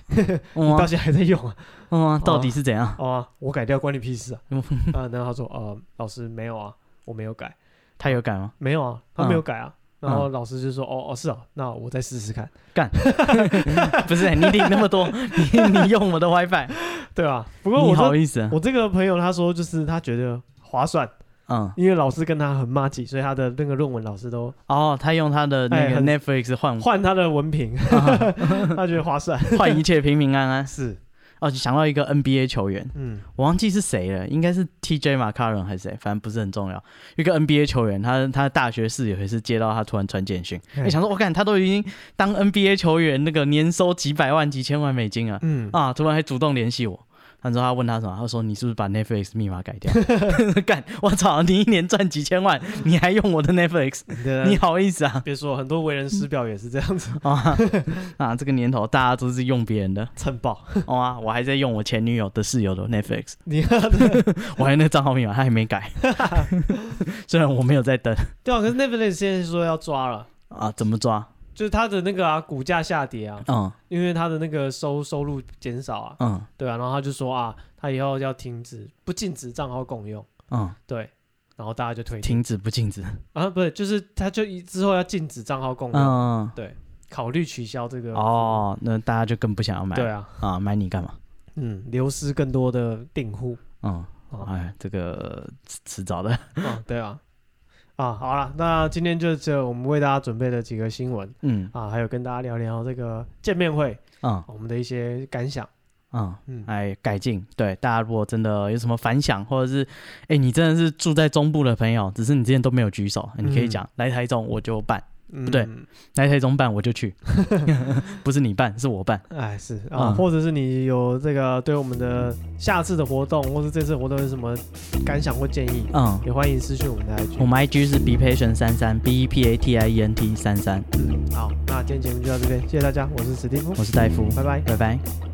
B: 嗯
A: 到
B: 啊
A: 现在还在用啊
B: 嗯啊，到底是怎样？！”
A: 哦、啊，我改掉关你屁事啊！啊，然后他说：“呃，老师没有啊，我没有改，
B: 他有改吗？
A: 没有啊，他没有改啊。
B: 嗯
A: 然后老师就说：“哦哦，是啊，那我再试试看。
B: (laughs) 不是，你领那么 (laughs) 多，你你用我的 WiFi，”
A: 对啊，不过
B: 你
A: 我
B: 好
A: 说
B: 意思啊？
A: 我这个朋友他说，就是他觉得划算，
B: 嗯，
A: 因为老师跟他很骂起，所以他的那个论文老师都
B: 哦，他用他的那
A: 哎
B: 个
A: 很
B: Netflix 换
A: 换他的文
B: (laughs)
A: 凭， (laughs) 他觉得划算。
B: 换一切平平安 (laughs) 安。
A: 是，
B: 哦，想到一个 NBA 球员，
A: 嗯，
B: 我忘记是谁了，应该是 TJ 马卡伦还是谁，反正不是很重要。一个 NBA 球员，他他的大学室友也是接到他突然传简讯，
A: 嘿
B: 欸想说，我看他都已经当 NBA 球员，那个年收几百万、几千万美金啊，
A: 嗯，
B: 啊，突然还主动联系我。他说他问他什么，他说你是不是把 Netflix 密码改掉？ (laughs) 干，我操！你一年赚几千万，你还用我的 Netflix，你
A: 你
B: 好意思啊？ (laughs)
A: 别说，很多为人师表也是这样子，
B: 啊啊！这个年头大家都是用别人的，
A: (laughs)
B: (laughs)
A: 蹭爆。
B: 哦啊！我还在用我前女友的室友的 Netflix，
A: 你
B: (laughs) 我还有那个账号密码，他还没改。虽然我没有在登
A: 对啊，可是 Netflix 现在说要抓了，
B: 啊，怎么抓？
A: 就是它的那个啊股价下跌啊，
B: 嗯
A: 因为它的那个收收入减少啊，
B: 嗯
A: 对啊，然后他就说啊，他以后要停止不禁止账号共用，
B: 嗯，
A: 对，然后大家就退订
B: 停止不禁止。
A: 啊，不是，就是他就一之后要禁止账号共用，
B: 嗯
A: 考虑取消这个服务，
B: 哦，那大家就更不想要买。
A: 啊对啊，
B: 啊，买你干嘛？
A: 嗯，流失更多的订户，
B: 嗯
A: 哦，
B: 哎，这个迟迟早的。
A: 啊，对啊。啊，好了，那今天就这，我们为大家准备了几个新闻
B: 嗯
A: 啊，还有跟大家聊聊这个见面会
B: 嗯
A: 我们的一些感想。
B: 嗯
A: 嗯，
B: 哎，改进。对，大家如果真的有什么反响，或者是哎，你真的是住在中部的朋友，只是你之前都没有举手，哎你可以
A: 嗯
B: 讲来台中我就办，
A: 不
B: 对来台中办我就去， (laughs) 不是你办，是我办。
A: 哎，是啊，
B: 嗯
A: 或者是你有这个对我们的下次的活动，或是这次活动有什么感想或建议，
B: 嗯。
A: 也欢迎私讯我们的 IG。
B: 我们 IG 是 be patient 三三 b e p a t i e n t 三三，
A: 好，那今天节目就到这边，谢谢大家，我是史蒂夫，
B: 我是戴夫，
A: 拜拜。
B: 拜拜。